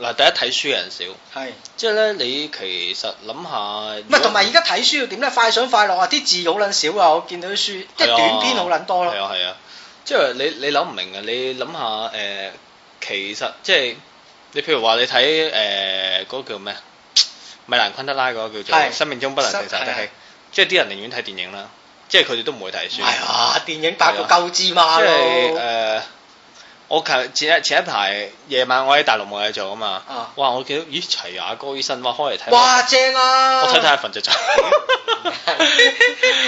S2: 嗱，第一睇書嘅人少，
S1: 係。
S2: 即係咧，你其實諗下，
S1: 唔係，啊同埋而家睇書要點咧？快想快落啊！啲字好撚少啊！我見到啲書，即係
S2: 係啊
S1: 短篇好撚多
S2: 係
S1: 咯。
S2: 啊係啊，即係你你諗唔明啊！你諗下誒、呃其實即係你譬如話你睇誒嗰個叫咩啊米蘭昆德拉嗰個叫做
S1: 係
S2: 《生命中不能承受的
S1: 生係啊
S2: 戲》，即係啲人寧願睇電影啦，即係佢哋都唔會睇書。
S1: 係啊，電影拍到夠啊芝麻
S2: 即
S1: 咯。
S2: 係誒、呃我前前一前一排夜晚我喺大陸冇嘢做啊嘛，
S1: 啊
S2: 哇！我見到咦齊雅歌醫生哇開嚟睇，
S1: 哇，正啊！
S2: 我睇睇下瞓着咗，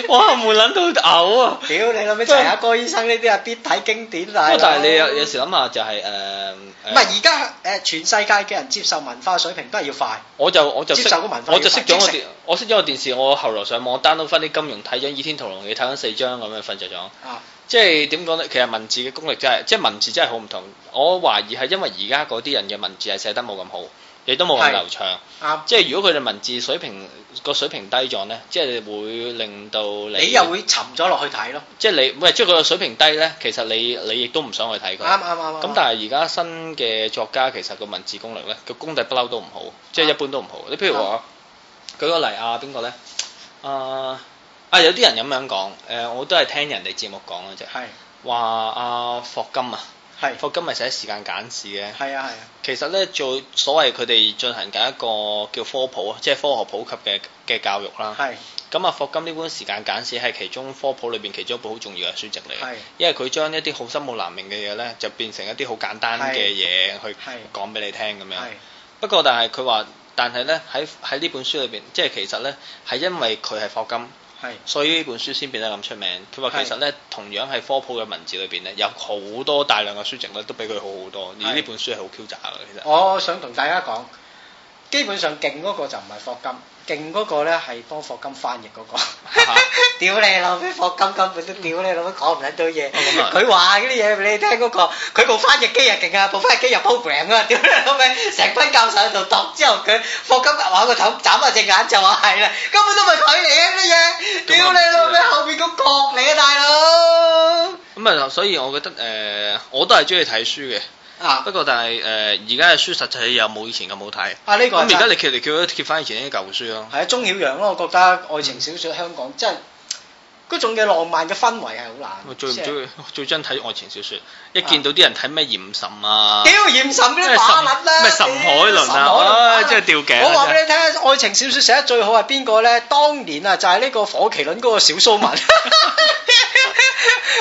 S2: 哇！悶撚到嘔啊！
S1: 屌你諗咩？齊阿哥醫生呢啲啊必睇經典大
S2: 不過
S1: 佬。
S2: 但係你有有時諗下就係誒啊誒，
S1: 唔係而家誒全世界嘅人接受文化水平都係要快。
S2: 我就我就
S1: 接
S2: 識
S1: 受個文化
S2: 我就識咗
S1: 要
S2: 個
S1: 快
S2: 電，我識咗個電視，我後來上網 download 翻啲金融睇咗《倚天屠龍記》，睇緊四章咁樣瞓着咗。
S1: 啊
S2: 即係點講呢？其實文字嘅功力真係，即係文字真係好唔同。我懷疑係因為而家嗰啲人嘅文字係寫得冇咁好，亦都冇咁
S1: 係
S2: 流暢。
S1: 啱，
S2: 即係如果佢哋文字水平個水平低咗呢，即係會令到你
S1: 你又會沉咗落去睇咯。
S2: 即係你唔係即係佢個水平低呢，其實你你亦都唔想去睇佢。
S1: 啱啱啱啱。
S2: 咁但係而家新嘅作家其實個文字功力咧，個功底不嬲都唔好，即係一般都唔
S1: 啊
S2: 好。你譬如話，舉個例啊，邊個咧？啊啊，有啲人咁樣講，誒、我都係聽人哋節目講嘅啫，
S1: 係
S2: 話阿霍金啊，
S1: 係
S2: 霍金咪寫時間簡史嘅。
S1: 係啊係啊
S2: 其實咧，做所謂佢哋進行緊一個叫科普啊，即係科學普及嘅嘅教育啦。
S1: 係
S2: 咁啊，霍金呢本時間簡史係其中科普裏邊其中一本好重要嘅書籍嚟嘅
S1: 係，
S2: 因為佢將一啲好深奧難明嘅嘢咧，就變成一啲好簡單嘅嘢去
S1: 係
S2: 講俾你聽咁樣。
S1: 係
S2: 不過但係佢話，但係咧喺喺呢本書裏邊，即係其實咧係因為佢係霍金，
S1: 係
S2: 所以呢本書先變得咁出名。佢話
S1: 係
S2: 其實咧同樣係科普嘅文字裏邊咧，有好多大量嘅書籍咧都比佢好好多，而
S1: 係
S2: 呢本書係好 Q 渣嘅其實。
S1: 我想同大家講，基本上勁嗰個就唔係霍金，勁嗰個咧係幫霍金翻譯嗰、個。 屌你老味，霍金根本都屌你老味，講唔撚到嘢
S2: 哦咁啊。
S1: 佢話嗰啲嘢俾你聽嗰、個，佢部翻譯機又勁啊，部翻譯機又 program 啊，屌 你老味，成班教授喺度度之後，佢霍金話個頭眨下隻眼就話係啦，根本都唔係佢嚟嘅啲嘢，
S2: 咁
S1: 屌
S2: 啊
S1: 你老味，後面個角嚟啊大佬。
S2: 咁啊，所以我覺得誒、我都係中意睇書嘅。
S1: 啊
S2: 不過但係誒，呃而家嘅書實際又冇以前咁好睇。
S1: 啊呢個
S2: 咁而
S1: 係真
S2: 家你揭嚟揭去都揭翻以前啲舊書咯。
S1: 係啊，鍾曉陽咯，我覺得愛情小説香港真係嗰種嘅浪漫嘅氛圍係好難。
S2: 我啊最唔
S1: 即係啊
S2: 中意最憎睇愛情小説，一見到啲人睇咩嚴岑啊，
S1: 屌嚴審嗰啲把撚啦，
S2: 咩岑海倫
S1: 屌
S2: 啊
S1: 岑海倫
S2: 啊真係吊頸啊
S1: 我話俾你聽，愛情小説寫得最好係邊個咧？當年啊，就係呢個火麒麟嗰個小蘇文。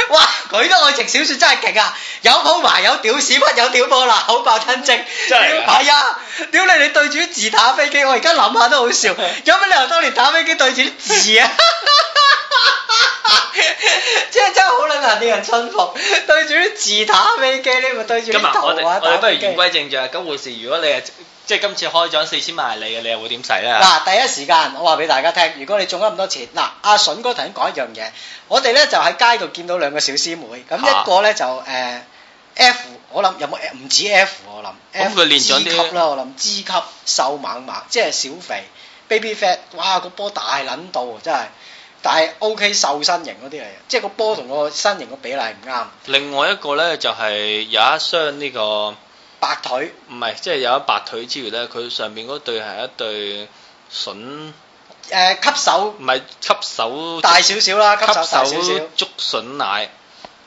S1: 哇！佢啲愛情小説真係勁啊，有鋪埋，有屌屎忽，有屌波啦，口爆吞精，
S2: 真係㗎
S1: 係啊！屌你，你對住啲字打飛機，我而家諗下都好笑，有乜理由當年打飛機對住啲字啊？即係真係好撚難令人信服， 對住啲字打飛機，你咪對住
S2: 咁
S1: 啲
S2: 啊，我哋
S1: 圖啊
S2: 我
S1: 打
S2: 哋不如
S1: 飛機。
S2: 言歸正傳啊。咁回事，如果你係即係今次開獎四千萬係你嘅，你又會點使咧？
S1: 嗱，第一時間我話俾大家聽，如果你中咗咁多錢，嗱，阿筍哥頭先講一樣嘢，我哋咧就喺街度見到兩個小師妹，咁
S2: 嚇
S1: 一個咧就誒、呃 F，我諗有冇唔止 F，我諗
S2: 咁佢
S1: F
S2: 練咗啲
S1: G 級啦，我諗 G 級瘦猛猛，即係小肥 baby fat，哇個波大撚到啊，真係，但係 OK 瘦身型嗰啲嚟嘅，即係個波同個身形個比例唔啱，
S2: 另外一個咧就係有一雙呢個
S1: 白腿
S2: 唔係，即係有一白腿之餘咧，佢上邊嗰對係一對筍，
S1: 誒、呃、吸手
S2: 唔係吸手
S1: 大少少啦，吸手大少
S2: 吸
S1: 少
S2: 手，竹筍奶。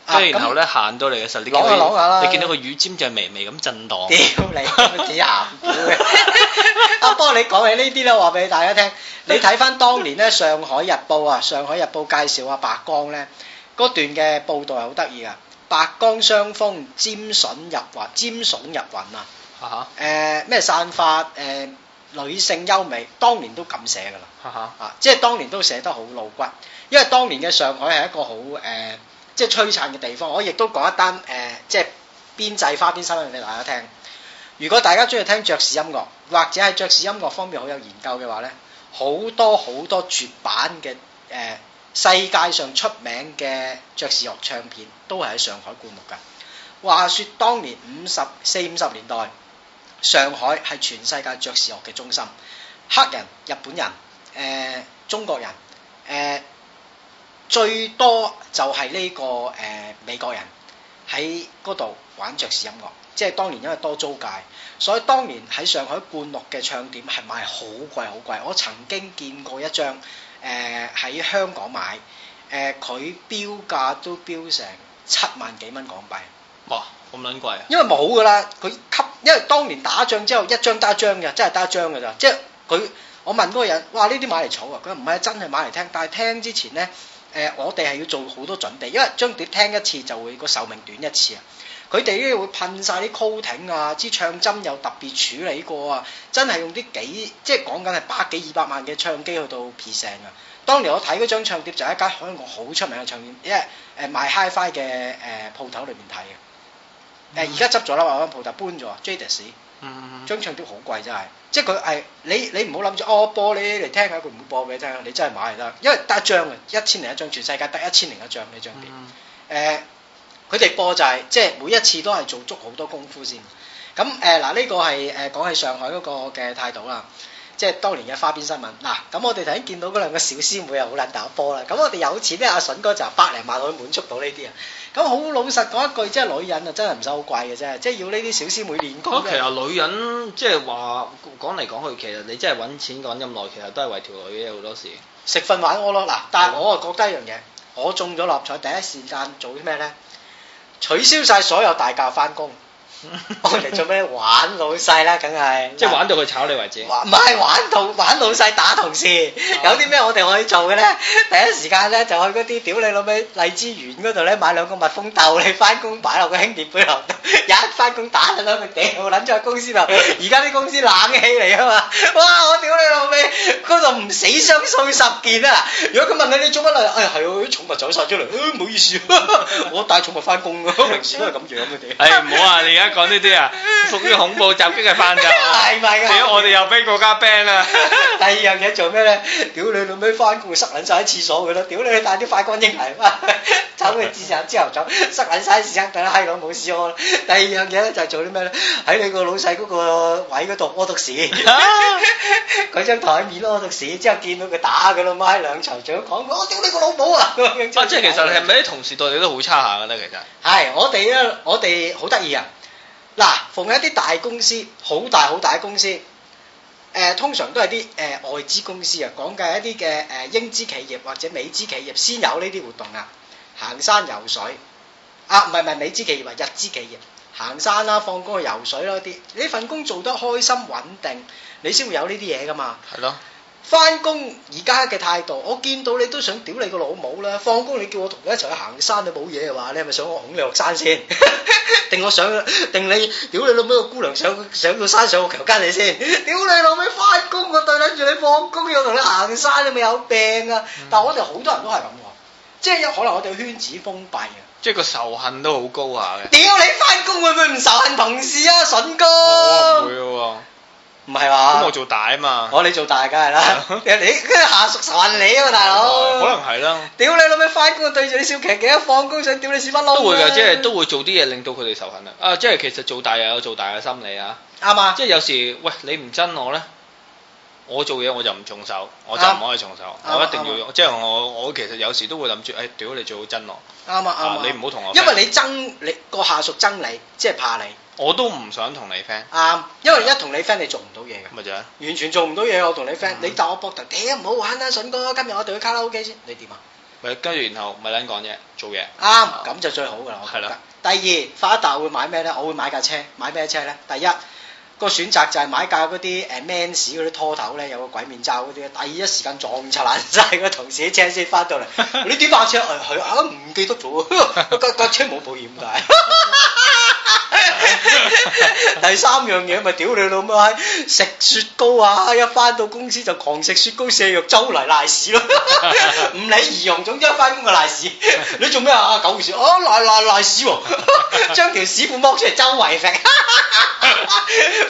S1: 啊
S2: 跟住然後咧行到嚟嘅時候，你見
S1: 攞下攞下
S2: 到
S1: 啦
S2: 你見到個乳尖就係微微咁震盪。
S1: 屌你，
S2: 哦
S1: 咁幾鹹嘅。 啊，不過你講起呢啲咧，我話俾大家聽，你睇翻當年咧《上海日報》啊，《上海日報》介紹阿白江咧嗰段嘅報導係好得意噶。白江雙峰，尖筍入雲，尖筍入雲啊！
S2: 哈哈
S1: 誒、咩散發誒、女性優美，當年都咁寫噶啦。
S2: 哈哈，
S1: 啊，即係當年都寫得好露骨，因為當年嘅上海係一個好誒、呃即係璀璨嘅地方。我亦都講一單誒、呃即係邊際花邊新聞俾大家聽。如果大家中意聽爵士音樂，或者係爵士音樂方面好有研究嘅話咧，好多好多絕版嘅誒、呃世界上出名嘅爵士樂唱片都係喺上海灌木㗎。話說當年五十四五十年代，上海係全世界爵士樂嘅中心，黑人、日本人、誒、呃中國人、誒、最多就係呢、個誒、美國人喺嗰度玩爵士音樂，即係當年因為多租界，所以當年喺上海灌木嘅唱點係賣好貴好貴，我曾經見過一張誒喺香港買，誒佢標價都標成七萬幾蚊港幣。
S2: 哇，咁撚貴啊！
S1: 因為冇噶啦，佢吸，因為當年打仗之後一張得一張嘅，真係得一張噶咋，即係佢我問嗰個人，哇呢啲買嚟儲啊，佢話唔係真係買嚟聽，但係聽之前咧，誒、呃我哋係要做好多準備，因為張碟聽一次就會個壽命短一次啊。佢哋咧會噴晒啲 coating 啊，支唱針又特別處理過啊，真係用啲幾即係講緊係百幾二百萬嘅唱機去到 present 啊。當年我睇嗰張唱碟就係一間香港好出名嘅唱片，因為誒賣 hi-fi 嘅誒鋪頭裏面睇嘅。誒而家執咗啦，話間鋪頭搬咗啊 j a d i s
S2: 嗯，
S1: 張唱碟好貴真係，即係佢係你你唔好諗住哦播你嚟聽下，佢唔會播俾你聽，你真係買就得，因為得一張嘅，一千零一張，全世界得一千零一張呢張碟。
S2: 嗯
S1: 誒，佢哋播就係、即係每一次都係做足好多功夫先。咁誒嗱，呢個係誒講起上海嗰個嘅態度啦，即係當年嘅花邊新聞。嗱，咁我哋頭先見到嗰兩個小師妹又好撚打波啦。咁我哋有錢咧，阿筍哥就百零萬可以滿足到呢啲啊。咁好老實講一句，即係女人啊，真係唔使好貴嘅啫，即係要呢啲小師妹練功
S2: 咁
S1: 嘅
S2: 其。實女人即係話講嚟講去，其實你真係揾錢講咁耐，其實都係為條女嘅 好多時。
S1: 食瞓玩屙咯。嗱，但係我啊覺得一樣嘢，我中咗六合彩第一時間做啲咩咧？取消晒所有大假翻工，我嚟哦做咩玩老細啦，梗係
S2: 即係玩到佢炒你為止。
S1: 玩唔係玩到玩老細打同事，有啲咩我哋可以做嘅咧？第一時間咧就去嗰啲屌你老味荔枝園嗰度咧買兩個蜜蜂豆，你翻工擺落個輕電杯 度，有一翻工打撚佢掉撚咗喺公司度。而家啲公司冷氣嚟啊嘛，哇！我屌你老味，嗰度唔死傷數十件啊！如果佢問你你做乜嚟？哎係我啲寵物走晒出嚟，哎唔好意 思，我帶寵物翻 工㗎，平時都係咁樣嘅屌。
S2: 唉，唔好啊！你而家講呢 啲啊，屬於恐怖襲擊嘅犯罪。
S1: 係咪啊㗎
S2: 屌，我哋又俾國家 ban 啊 啦。
S1: 第二樣嘢做咩咧？屌你老味翻工塞撚晒喺廁所佢啦！屌你帶啲快乾英嚟翻， 走佢自殺之後走，塞撚晒屎坑等閪佬冇屎屙啦！第二樣嘢咧就係做啲咩咧？喺你個老細嗰個位嗰度屙督屎，
S2: 啊
S1: 佢張台面屙督屎，之後見到佢打佢老母喺兩場嘴講我屌你個老母啊！咁樣
S2: 啊，即係其實你係咪啲同事對你都好差下嘅咧？其實。
S1: 係，我哋咧，我哋好得意啊！嗱，逢一啲大公司，好大好大嘅公司，誒、呃、通常都係啲誒外資公司啊，講嘅一啲嘅誒英資企業或者美資企業先有呢啲活動啊，行山游水啊，唔係唔係美資企業啊，日資企業行山啦、放工去游水啦啲，你份工做得開心穩定，你先會有呢啲嘢噶嘛。
S2: 係咯。
S1: 翻工而家嘅態度，我見到你都想屌你個老母啦！放工你叫我同你一齊去行山，你冇嘢嘅話，你係咪想我拱你落山先？ 定我想定你屌你老母個姑娘上上到山上我強姦你先？ 屌你老味翻工我對撚住你放工要同你行山，你咪有病啊！但係我哋好多人都係咁喎，即係有可能我哋圈子封閉啊！
S2: 即係個仇恨都好高下嘅。
S1: 屌你翻工會唔會唔仇恨同事啊，筍
S2: 我唔
S1: 哥？
S2: 會嘅喎，
S1: 唔係話
S2: 咁我做大啊嘛。
S1: 我你做大梗係啦，你跟住下屬仇恨你啊嘛，大佬。
S2: 啊可能係啦，
S1: 屌你老味翻工對住你小騎騎，放工想屌你屎忽窿。啊
S2: 都會嘅，即係都會做啲嘢令到佢哋仇恨啊！啊，即係其實做大又有做大嘅心理啊！
S1: 啱啊！
S2: 即係有時，喂，你唔憎我咧，我做嘢我就唔重手，我就
S1: 啱
S2: 唔可以重手，
S1: 啱
S2: 我一定
S1: 啱
S2: 要，即係我我其實有時都會諗住，誒，屌你最好憎我，
S1: 啱啊啱啊
S2: 啊！你唔好同我 friend，
S1: 因為你憎你個下屬憎你，即係怕你
S2: 我都唔想同你 friend，
S1: 啱，因為一同你 friend 你做唔到嘢嘅，
S2: 咪就係
S1: 完全做唔到嘢。我同你
S2: 嗯
S1: friend，你搭我膊頭，屌唔好玩啦，筍哥，今日我哋去卡拉 OK 先，你點啊？
S2: 咪跟住然後咪撚講嘢，做嘢，
S1: 啱，咁就最好噶啦，我覺
S2: 係
S1: 得
S2: 啦。
S1: 第二，發一達會買咩咧？我會買架車，買咩車咧？第一個選擇就係買架嗰啲誒 mans 嗰啲拖頭咧，有個鬼面罩嗰啲，第一時間撞柒爛晒個同事啲車先翻到嚟。你點架車？誒係啊，唔記得咗，架架車冇保險㗎。 第三樣嘢咪屌你老母閪，食雪糕啊！一翻到公司就狂食雪糕瀉藥，周嚟賴屎咯，唔理儀容，總之一翻工就賴屎。你做咩啊？狗屎哦，賴賴賴屎喎、將條屎褲剝出嚟周圍揈，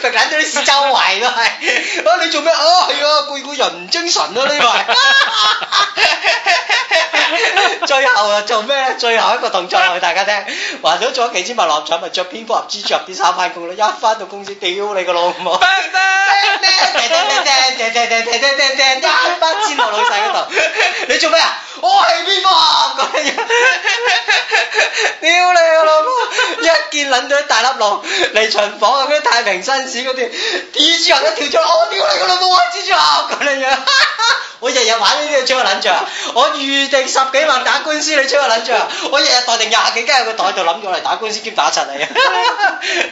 S1: 揈緊到啲屎周圍都係。啊，你做咩？哦，係啊，攰攰人唔精神啊呢排。最後啊，做咩咧？最後一個動作話俾大家聽，還咗咗幾千萬落彩，咪着蝙蝠俠蜘蛛俠啲衫翻工咯。一翻到公司，屌你個老母！一巴尖落老細嗰度，你做咩啊？我係邊個啊？咁樣，屌你個老母！一見撚到一大粒龍嚟巡房啊，嗰啲太平紳士嗰啲蜘蛛人一跳出嚟，我屌你個老啊母！我係蜘蛛俠咁樣， 我日日玩呢啲，你吹我撚著啊！我預定十幾萬打官司，你吹我撚著啊！我日日袋定廿幾雞喺個袋度諗住我嚟打官司兼打柒 你啊！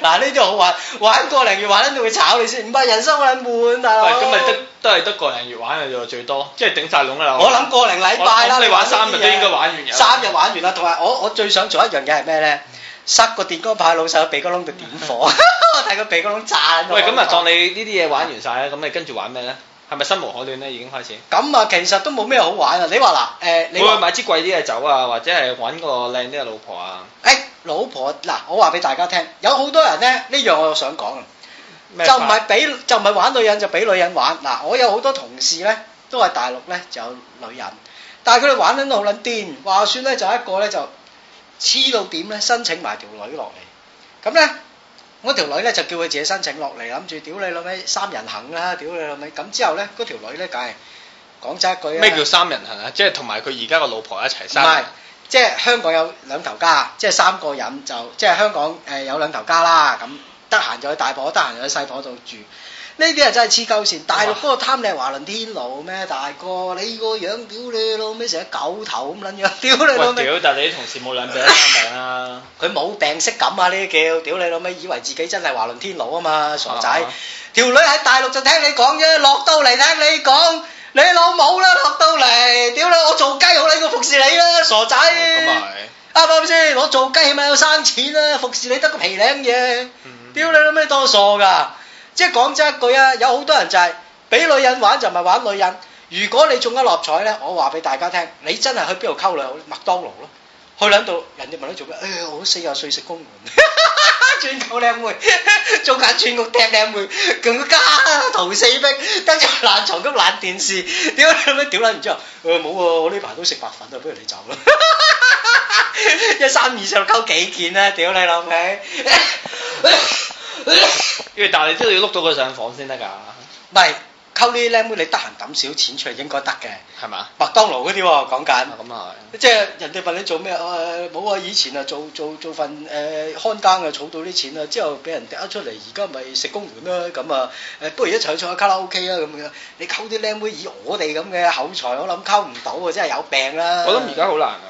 S1: 嗱呢啲好玩，玩個零月玩撚到佢炒你先，唔係人生好撚悶大佬。
S2: 喂，咁咪得都係得個零月玩嘅啫喎，最多，即係頂晒籠㗎啦。
S1: 我諗個零禮拜啦，
S2: 我諗你玩三日
S1: 呢啲
S2: 都
S1: 嘢
S2: 應該玩完嘅
S1: 三日玩完啦，同埋我我最想做一樣嘢係咩咧？塞個電光炮喺老細個鼻哥窿度點火， 我睇個鼻哥窿炸到。
S2: 喂，咁啊，當你呢啲嘢玩完晒啊啦，咁你跟住玩咩咧？係咪心無可戀咧？已經開始？
S1: 咁啊，其實都冇咩好玩啊！你話嗱，誒，你
S2: 會唔會
S1: 話
S2: 買支貴啲嘅酒啊，或者係揾個靚啲嘅老婆啊？
S1: 誒哎老婆嗱，我話俾大家聽，有好多人咧呢樣我又想講啊。
S2: 咩
S1: 就唔係俾就唔係玩女人就俾女人玩嗱，我有好多同事咧都係大陸咧就有女人，但係佢哋玩得好撚癲，話説咧就一個咧就黐到點咧，申請埋條女落嚟，咁咧我條女咧就叫佢自己申請落嚟，諗住屌你老味三人行啦，屌你老味，咁之後咧嗰條女咧梗係講真一句啊
S2: 咩叫三人行啊？即係同埋佢而家個老婆一齊
S1: 唔
S2: 生啊
S1: 係
S2: 人。，
S1: 即係香港有兩頭家，即係三個人就即係香港誒、呃有兩頭家啦。咁得閒就去大婆，得閒就去細婆度住。呢啲啊真係黐鳩線。大陸嗰個貪你係華倫天奴咩？大哥，你個樣屌你老味成日狗頭咁撚樣， 屌你老
S2: 喂，
S1: 味！
S2: 屌！但係你啲同事冇兩病三啊病啦，
S1: 佢冇病識感啊！呢啲叫屌你老味，以為自己真係華倫天奴啊嘛，傻仔
S2: 啊！
S1: 條女喺大陸就聽你講啫，落到嚟聽你講，你老母啦！落到嚟，屌你我做雞好你過服侍你啦，傻仔！
S2: 咁咪
S1: 啱啊唔啱先？我做雞起碼有生錢啦，服侍你得個皮領嘢
S2: 嗯，
S1: 屌你老味多傻㗎！即係講真一句啊，有好多人就係俾女人玩就唔係玩女人。如果你中咗六合彩咧，我話俾大家聽，你真係去邊度溝女好咧？麥當勞咯，去兩度人哋問你做咩？誒、我四廿歲食 公園，轉到靚妹，做緊轉局踢靚妹，更加逃四逼，跟住爛床咁爛電視，屌你咩屌撚完之後，誒冇喎，我呢排都食白粉啊，不如你走 啦。一三二上溝幾件啦，屌你老味！
S2: 因為但係你都要碌到佢上房先得㗎，
S1: 唔係溝呢啲靚妹，你得閒抌少錢出嚟應該得嘅。
S2: 係嘛？
S1: 麥當勞嗰啲喎，講緊
S2: 啊。咁啊
S1: 即係人哋問你做咩？我誒冇啊！以前啊做做做份誒、呃看更啊，儲到啲錢啊，之後俾人掟咗出嚟，而家咪食公園啦咁啊誒，不如一齊去唱下卡拉 OK 啊咁樣。你溝啲靚妹以我哋咁嘅口才，我諗溝唔到啊，真係有病啦！
S2: 係，我諗而家好難啊，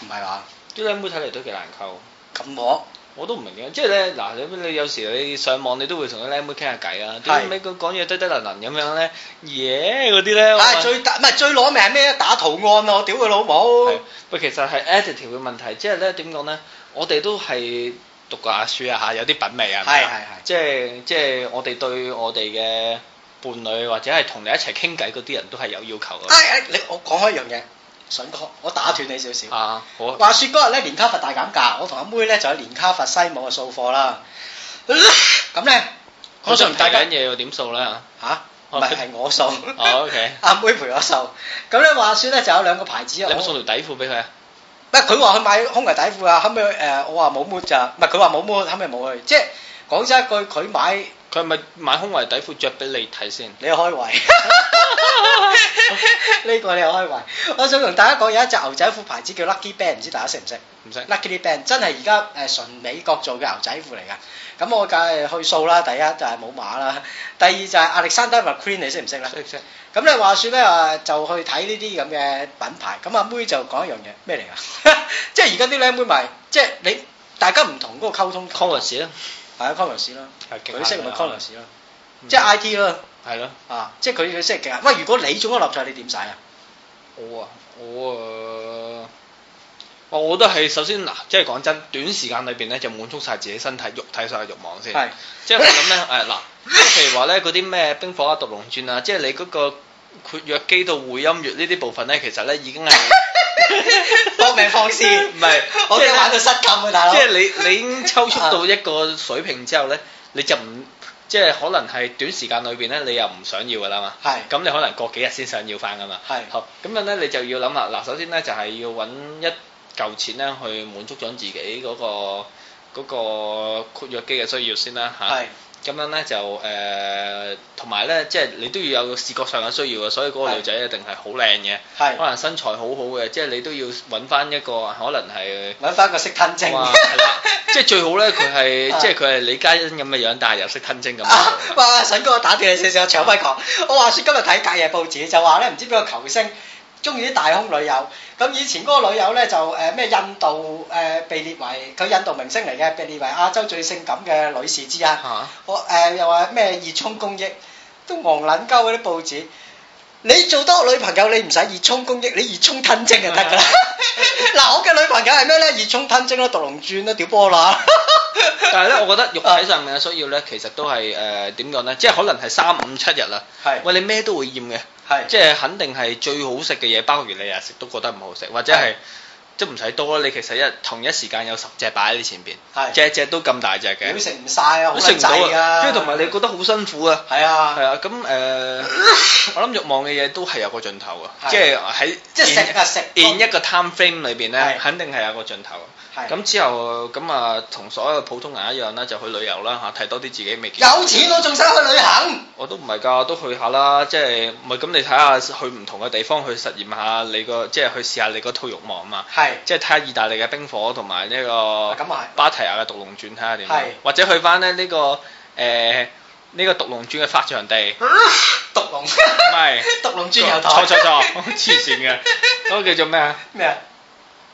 S1: 唔係話
S2: 啲靚妹睇嚟都幾難溝。
S1: 咁惡，
S2: 我都唔明嘅，即係咧嗱，你你有時你上網你都會同啲僆妹傾下偈啊，
S1: 係
S2: 點解佢講嘢低低能能咁樣咧？耶嗰啲咧，我
S1: 但係
S2: 話
S1: 啊最打唔係最攞命係咩？打圖案啊！我屌佢老母
S2: 係！喂，其實係 attitude 嘅問題，即係咧點講咧？我哋都係讀過下書啊嚇，有啲品味啊，
S1: 係
S2: 咪啊
S1: 係係
S2: 即係即係我哋對我哋嘅伴侶或者係同你一齊傾偈嗰啲人都係有要求啊
S1: 哎哎，你我講開一樣嘢，筍哥，我打斷你少少
S2: 嘅。。啊，好啊，
S1: 話説嗰日咧，連卡佛大減價，我同阿妹咧就喺連卡佛西姆嘅掃貨啦。咁咧，
S2: 我想
S1: 大
S2: 睇
S1: 家
S2: 緊嘢要點數咧嚇
S1: 嚇，唔係係我掃。
S2: 哦，OK
S1: 阿妹陪我掃。咁咧話説咧就有兩個牌子
S2: 你有
S1: 啊。
S2: 冇
S1: 我
S2: 送條底褲俾佢啊？
S1: 唔係佢話去買胸圍底褲啊，後尾誒我話冇 mood 咋，唔係佢話冇 mood，後尾冇去。即係講真一句，佢買
S2: 佢係咪買胸圍底褲着俾你睇先？
S1: 你開 胃，呢個你開胃。我想同大家講有一隻牛仔褲牌子叫 Lucky Band，唔知大家識唔識？
S2: 唔識
S1: Lucky Band 真係而家誒純美國做嘅牛仔褲嚟㗎。咁我梗係去掃啦，第一就係冇碼啦，第二就係 Alexander McQueen，你識唔識咧？
S2: 識識
S1: 咁你話説咧啊，就去睇呢啲咁嘅品牌。咁阿妹就講一樣嘢，咩嚟㗎？ 即係而家啲靚妹咪即係你大家唔同嗰個溝通
S2: Converse 啦，
S1: 係啊 Converse 啦，
S2: 係
S1: 佢識咪 Converse 啦，即
S2: 嗯
S1: 係 IT 啦。
S2: 係咯。
S1: 啊！即係佢佢識嘅。喂，如果你中咗六合彩，你點使啊？
S2: 我啊，我啊，哇我覺得係首先嗱，即係講真，短時間裏邊咧就滿足晒自己身體肉體上嘅慾望先。
S1: 係
S2: 即係我諗咧 誒嗱，即係譬如話咧嗰啲咩冰火啊、毒龍鑽啊，即係你嗰個括約肌到會陰穴呢啲部分咧，其實咧已經係
S1: 搏命放肆，
S2: 唔係
S1: 我
S2: 即係
S1: 驚玩到失禁啊，大佬！
S2: 即係你你已經抽出到一個水平之後 咧，你就唔即係可能係短時間裏邊咧，你又唔想要噶啦嘛。
S1: 係
S2: 咁你可能過幾日先想要翻噶嘛。
S1: 係
S2: 好，咁樣咧你就要諗啦。嗱，首先咧就係要揾一嚿錢咧去滿足咗自己嗰、個。嗰個括約肌嘅需要先啦
S1: 係
S2: 嚇，咁樣咧就誒，同埋咧即係你都要有視覺上嘅需要啊嘅，所以嗰個
S1: 係
S2: 女仔一定係好靚嘅，
S1: 係
S2: 可能身材好好嘅，即係你都要揾翻一個可能係。
S1: 揾翻個識吞精。
S2: 哇，係 啦，即係最好咧，佢
S1: 啊
S2: 係即係佢係李嘉欣咁嘅樣，但係又識吞精咁。
S1: 啊！哇！神哥，我打斷你少少，長輝狂。我話説今日睇隔夜報紙就話咧，唔知邊個球星中意啲大胸女友。咁以前嗰個女友咧就誒咩、印度誒、呃被列為佢印度明星嚟嘅，啊被列為亞洲最性感嘅女士之一。
S2: 嚇
S1: 我誒、呃又話咩熱衷公益，都戇撚鳩嗰啲報紙。你做多個女朋友，你唔使熱衷公益，你熱衷吞精就得㗎啦。 嗱，我嘅女朋友係咩咧？熱衷吞精啦，獨龍轉啦，屌波啦。
S2: 但係咧，我覺得肉體上面嘅需要咧，其實都係誒點講咧，即係可能係三五七日啦。
S1: 係
S2: 喂，你咩都會厭嘅，
S1: 係
S2: 即係肯定係最好食嘅嘢，包括你日食都覺得唔好食，或者係
S1: 係
S2: 即係唔使多啦。你其實一同一時間有十隻擺喺你前邊，
S1: 係
S2: 隻隻都咁大隻
S1: 屌
S2: 嘅，
S1: 食唔晒啊，好
S2: 都食
S1: 撚
S2: 唔
S1: 滯
S2: 到
S1: 㗎。
S2: 啊！跟住同埋你覺得好辛苦啊！
S1: 係啊
S2: 係，啊，咁誒、呃我諗欲望嘅嘢都係有個盡頭啊，
S1: 係
S2: 即係喺
S1: 即係食啊食
S2: in 一個 time frame 裏
S1: 係
S2: 邊咧，肯定係有個盡頭啊。
S1: 係
S2: 咁之後咁啊，同所有普通人一樣啦，就去旅遊啦嚇，睇多啲自己未見。
S1: 有錢我仲想去旅行。
S2: 我都唔係㗎，都去下啦，即係咪咁？你睇下去唔同嘅地方去實驗下你個，即係去試下你嗰套慾望啊嘛。
S1: 係
S2: 即係睇下意大利嘅冰火同埋呢
S1: 咁啊
S2: 個
S1: 係
S2: 芭提雅嘅獨龍傳睇下點樣
S1: 係，
S2: 或者去翻咧呢個誒呃呢個獨龍鑽嘅發祥地，
S1: 嗯
S2: 唔
S1: 毒龍，
S2: 係
S1: 毒龍鑽油
S2: 錯
S1: 台
S2: 錯錯，黐線嘅，嗰個叫做咩啊？
S1: 咩啊？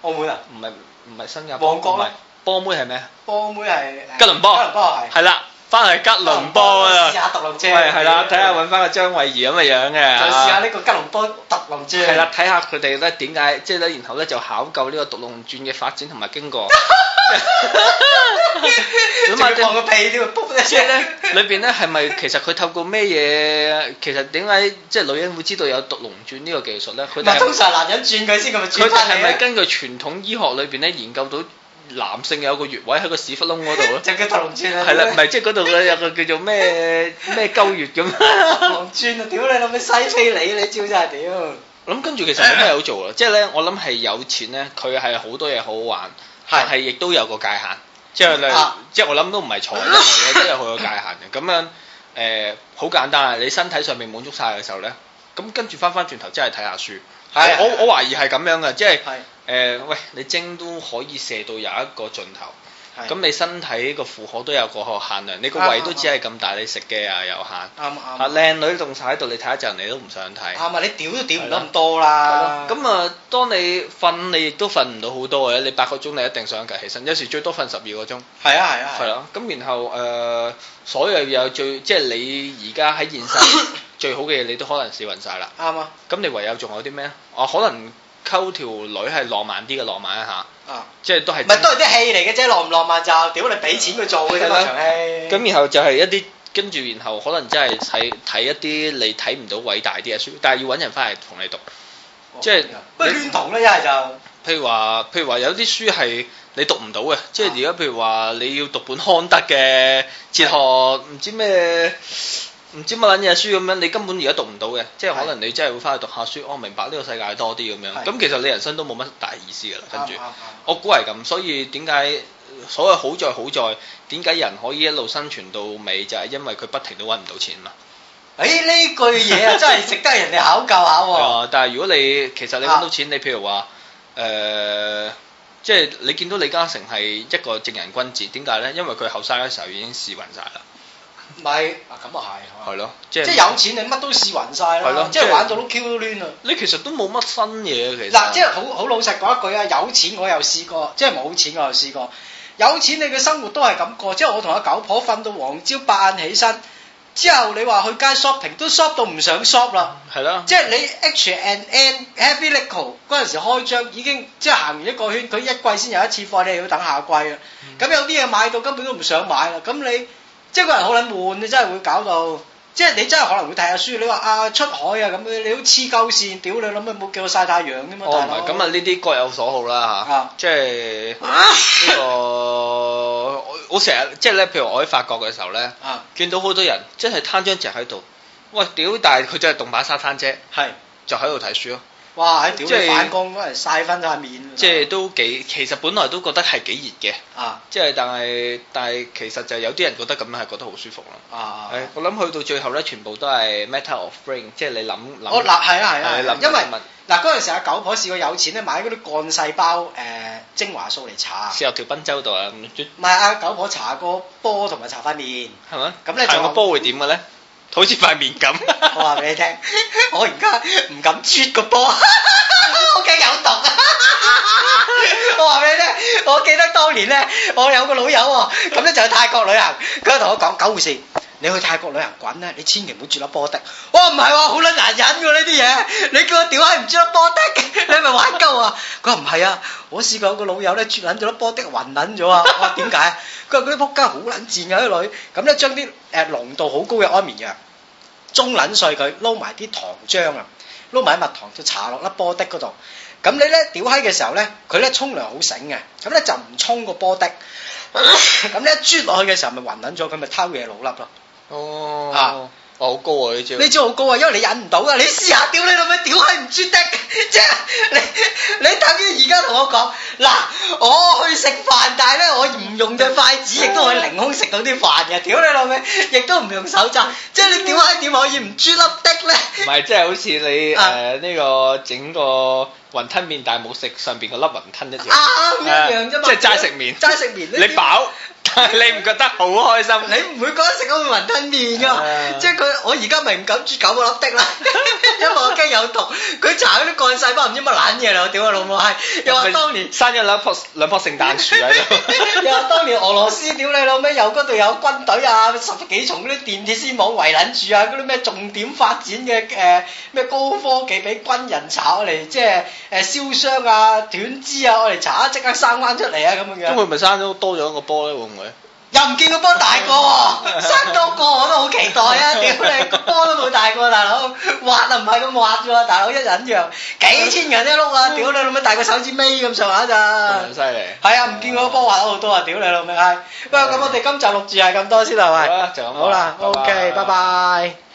S1: 澳門啊，
S2: 唔係唔係新加坡，
S1: 旺角
S2: 唔
S1: 咯
S2: 係波妹係咩？啊
S1: 波妹係
S2: 吉隆坡
S1: 吉隆坡係
S2: 係啦，翻去吉隆坡啊
S1: 試！下毒龍
S2: 喂，
S1: 鑽，
S2: 係啦，睇下揾翻個張慧儀咁嘅樣嘅，
S1: 就試下呢個吉隆坡毒龍鑽，
S2: 係啦，睇下佢哋咧點解，即係咧，然後咧就考究呢個獨龍轉嘅發展同埋經 過。
S1: 仲要放個屁添，噗一
S2: 即係
S1: 聲
S2: 咧，裏邊咧係咪 其實佢透過咩嘢？其實點解即係女人會知道有獨龍轉呢個技術咧？佢
S1: 唔
S2: 哋
S1: 係通
S2: 係
S1: 常男人轉佢先，佢咪
S2: 佢
S1: 轉
S2: 哋
S1: 翻
S2: 係
S1: 你
S2: 咪
S1: 啊？
S2: 根據傳統醫學裏邊咧研究到男性有個穴位喺個屎忽窿嗰度 咧？
S1: 就叫毒龍鑽啊！
S2: 係啦，唔係即係嗰度嘅有個叫做咩咩鳩穴 咁。
S1: 狼鑽啊！屌你老味西非你你招真係屌，
S2: 咁跟住其實冇咩好 做啦，啊即係咧，我諗係有錢咧，佢係好多嘢好好玩，但係亦都有個界限，即係你
S1: 啊
S2: 即係我諗都唔係錯 嘅，嘢都有佢個界限嘅。咁樣誒好簡單啊！你身體上面滿足晒嘅時候咧，咁跟住翻翻轉頭真係睇下書。
S1: 係啊
S2: 我我懷疑係咁樣嘅，即係誒
S1: 係
S2: 喂，你精都可以射到有一個盡頭。
S1: 係
S2: 咁你身體個負荷都有個限量，你個
S1: 啱
S2: 胃都
S1: 啱
S2: 只係咁大，你食嘅啊有限。
S1: 啱
S2: 啊
S1: 啱
S2: 靚女凍晒喺度，你睇一陣你都唔想睇。
S1: 啱啊！你屌都屌唔得咁多啦，
S2: 咁啊，當你瞓你亦都瞓唔到好多嘅，你八個鐘你一定想㗎，其實有時最多瞓十二個鐘，
S1: 係啊係啊
S2: 係啦。咁然後誒、呃所有嘢最即係你而家喺現 實最好嘅嘢，你都可能試勻晒啦。
S1: 啱啊
S2: 咁你唯有仲有啲咩咧？哦，可能溝條女係浪漫啲嘅浪漫一下，
S1: 啊！
S2: 即係都係
S1: 唔係都係啲戲嚟嘅啫，浪唔浪漫就屌你俾錢佢做嘅啫嘛
S2: 係啦
S1: 場戲。
S2: 咁然後就係一啲跟住，然後可能真係睇睇一啲你睇唔到偉大啲嘅書，但係要揾人翻嚟同你讀。即係
S1: 哦不如亂同啦，一係就
S2: 譬如話，譬如話有啲書係你讀唔到嘅，即
S1: 啊
S2: 係而家譬如話你要讀本康德嘅哲學，唔知咩唔知乜撚嘢書咁樣，你根本而家讀唔到嘅，即係可能你真係會翻去讀下書，哦我明白呢個世界多啲咁樣。
S1: 係
S2: 咁其實你人生都冇乜大意思㗎啦，跟住
S1: 啱啱啱
S2: 我估係咁，所以點解所謂好在好在點解人可以一路生存到尾，就係因為佢不停都揾唔到錢嘛。
S1: 誒呢句嘢啊，真係值得人哋考究下
S2: 係
S1: 喎。
S2: 啊，但係如果你其實你揾到錢，你譬如話誒、呃即係你見到李嘉誠係一個正人君子，點解咧？因為佢後生嘅時候已經試勻晒啦，
S1: 咪啊咁啊係，
S2: 係咯，即
S1: 即係
S2: 係
S1: 有錢你乜都試勻晒
S2: 係咯
S1: 啦，即
S2: 即
S1: 係
S2: 係
S1: 玩到碌 Q 都攣啊！
S2: 你其實都冇乜新嘢其實。
S1: 嗱，即係好好老實講一句啊，有錢我又試過，即係冇錢我又試過。有錢你嘅生活都係咁過，即係我同阿九婆瞓到黃朝八晏起身，之後你話去街 shopping 都 shop 到唔想 shop 啦。
S2: 係啦，
S1: 即係你 H and N Happy Lico 嗰陣時開張已經即係行完一個圈，佢一季先有一次貨，你又要等下季啦。
S2: 嗯
S1: 咁有啲嘢買到根本都唔想買啦。咁你即係個人好撚悶，你真係會搞到。即係你真係可能會睇下書，你話啊出海啊咁樣，你都黐鳩線，屌你諗咩冇叫我曬太陽啫嘛，
S2: 哦
S1: 大
S2: 唔
S1: 佬。
S2: 係咁啊，呢啲各有所好啦嚇，
S1: 啊
S2: 即係呢、個我我成日即係咧，譬如我喺法國嘅時候咧，
S1: 啊，
S2: 見到好多人真係攤張席喺度，喂屌！但係佢真係動把沙灘遮，
S1: 係，
S2: 就喺度睇書咯。
S1: 哇！喺屌
S2: 即係
S1: 你反光嗰陣曬翻晒面，
S2: 即係都幾，其實本來都覺得係幾熱嘅，
S1: 啊
S2: 即係但係但係其實就有啲人覺得咁樣係覺得好舒服咯。
S1: 啊，
S2: 誒，我諗去到最後咧，全部都係 matter of brain，即係你諗諗。
S1: 我嗱係啊係啊
S2: 係你
S1: 係啊
S2: 諗，
S1: 因為
S2: 緊乜
S1: 嗱嗰陣時阿九婆試過有錢咧買嗰啲幹細胞誒精華素嚟搽，
S2: 試入條賓州度啊，咁樣
S1: 唔係阿九婆搽個波同埋搽塊面，
S2: 係咪？
S1: 咁你
S2: 但係個
S1: 仲
S2: 波會點嘅咧？好似塊面咁。
S1: 我話俾你聽，我而家唔敢啜個波， 我驚有毒啊！我話俾你聽，我記得當年咧，我有個老友喎，咁咧就去泰國旅行，佢就同我講九護士。你去泰國旅行滾咧，你千祈唔好啜粒波的。我話唔係喎，好撚難忍㗎呢啲嘢。你叫我屌閪唔啜粒波的，你係咪玩鳩啊？佢話唔係啊，我試過有個老友咧啜撚咗粒波的暈撚咗啊。我話點解？佢話嗰啲仆街好撚賤㗎啲女，咁咧將啲誒濃度好高嘅安眠藥。中撚碎佢，撈埋啲糖漿啊，撈埋啲蜜糖就搽落粒波的嗰度。咁你咧屌閪嘅時候咧，佢咧沖涼好醒嘅，咁咧就唔沖個波的。咁咧一啜落去嘅時候咪暈撚咗，佢咪偷嘢老粒咯。
S2: 哦
S1: 啊。
S2: 哇，好高啊呢招！
S1: 呢招好高啊，因為你忍唔到啊！你試下屌你老味，屌係唔絕的， 即係你你等於而家同我講嗱，我去食飯，但係咧我唔用隻筷子，亦都可以凌空食到啲飯嘅，屌你老味，亦都唔用手揸，即係你屌閪點可以唔豬粒的咧？
S2: 唔係，即係好似你
S1: 啊
S2: 誒呢個整個雲吞麵，但係冇食上邊個粒雲吞一樣。啊
S1: 啱啊一樣啫嘛，
S2: 即係齋食麵
S1: 齋食麵呢啲
S2: 你飽， 但係你唔覺得好開心？
S1: 你唔會覺得食嗰碗雲吞麵噶嘛
S2: 啊？
S1: 即係佢，我而家咪唔敢煮九個粒的啦， 因為我驚有毒。佢搽嗰啲幹細胞唔知乜撚嘢啦，我屌佢老母閪！又話當年，
S2: 生咗兩棵兩棵聖誕樹喺度。
S1: 又話當年俄羅斯屌你老味，有嗰度有軍隊啊，十幾重嗰啲電鐵絲網圍撚住啊，嗰啲咩重點發展嘅誒咩高科技俾軍人炒嚟，即係誒燒傷啊、斷肢啊，我嚟查一即刻生翻出嚟啊咁樣
S2: 咁
S1: 樣。
S2: 佢咪生咗多咗一個波咧？會唔會？
S1: 又唔見個波大個 喎，生多個我都好期待啊！屌你個波都冇大過，大佬滑啊唔係咁滑啫喎，大佬一忍讓幾千人一碌 啊！屌你老味大個手指尾咁上下咋
S2: 咁？犀利。
S1: 係啊，唔見個波滑咗好多啊！屌你老味係。不過咁我哋今集錄住係咁多先啦，
S2: 好啦啊
S1: 喂。
S2: 就咁啦
S1: 好啦
S2: 拜拜
S1: ，OK，拜拜。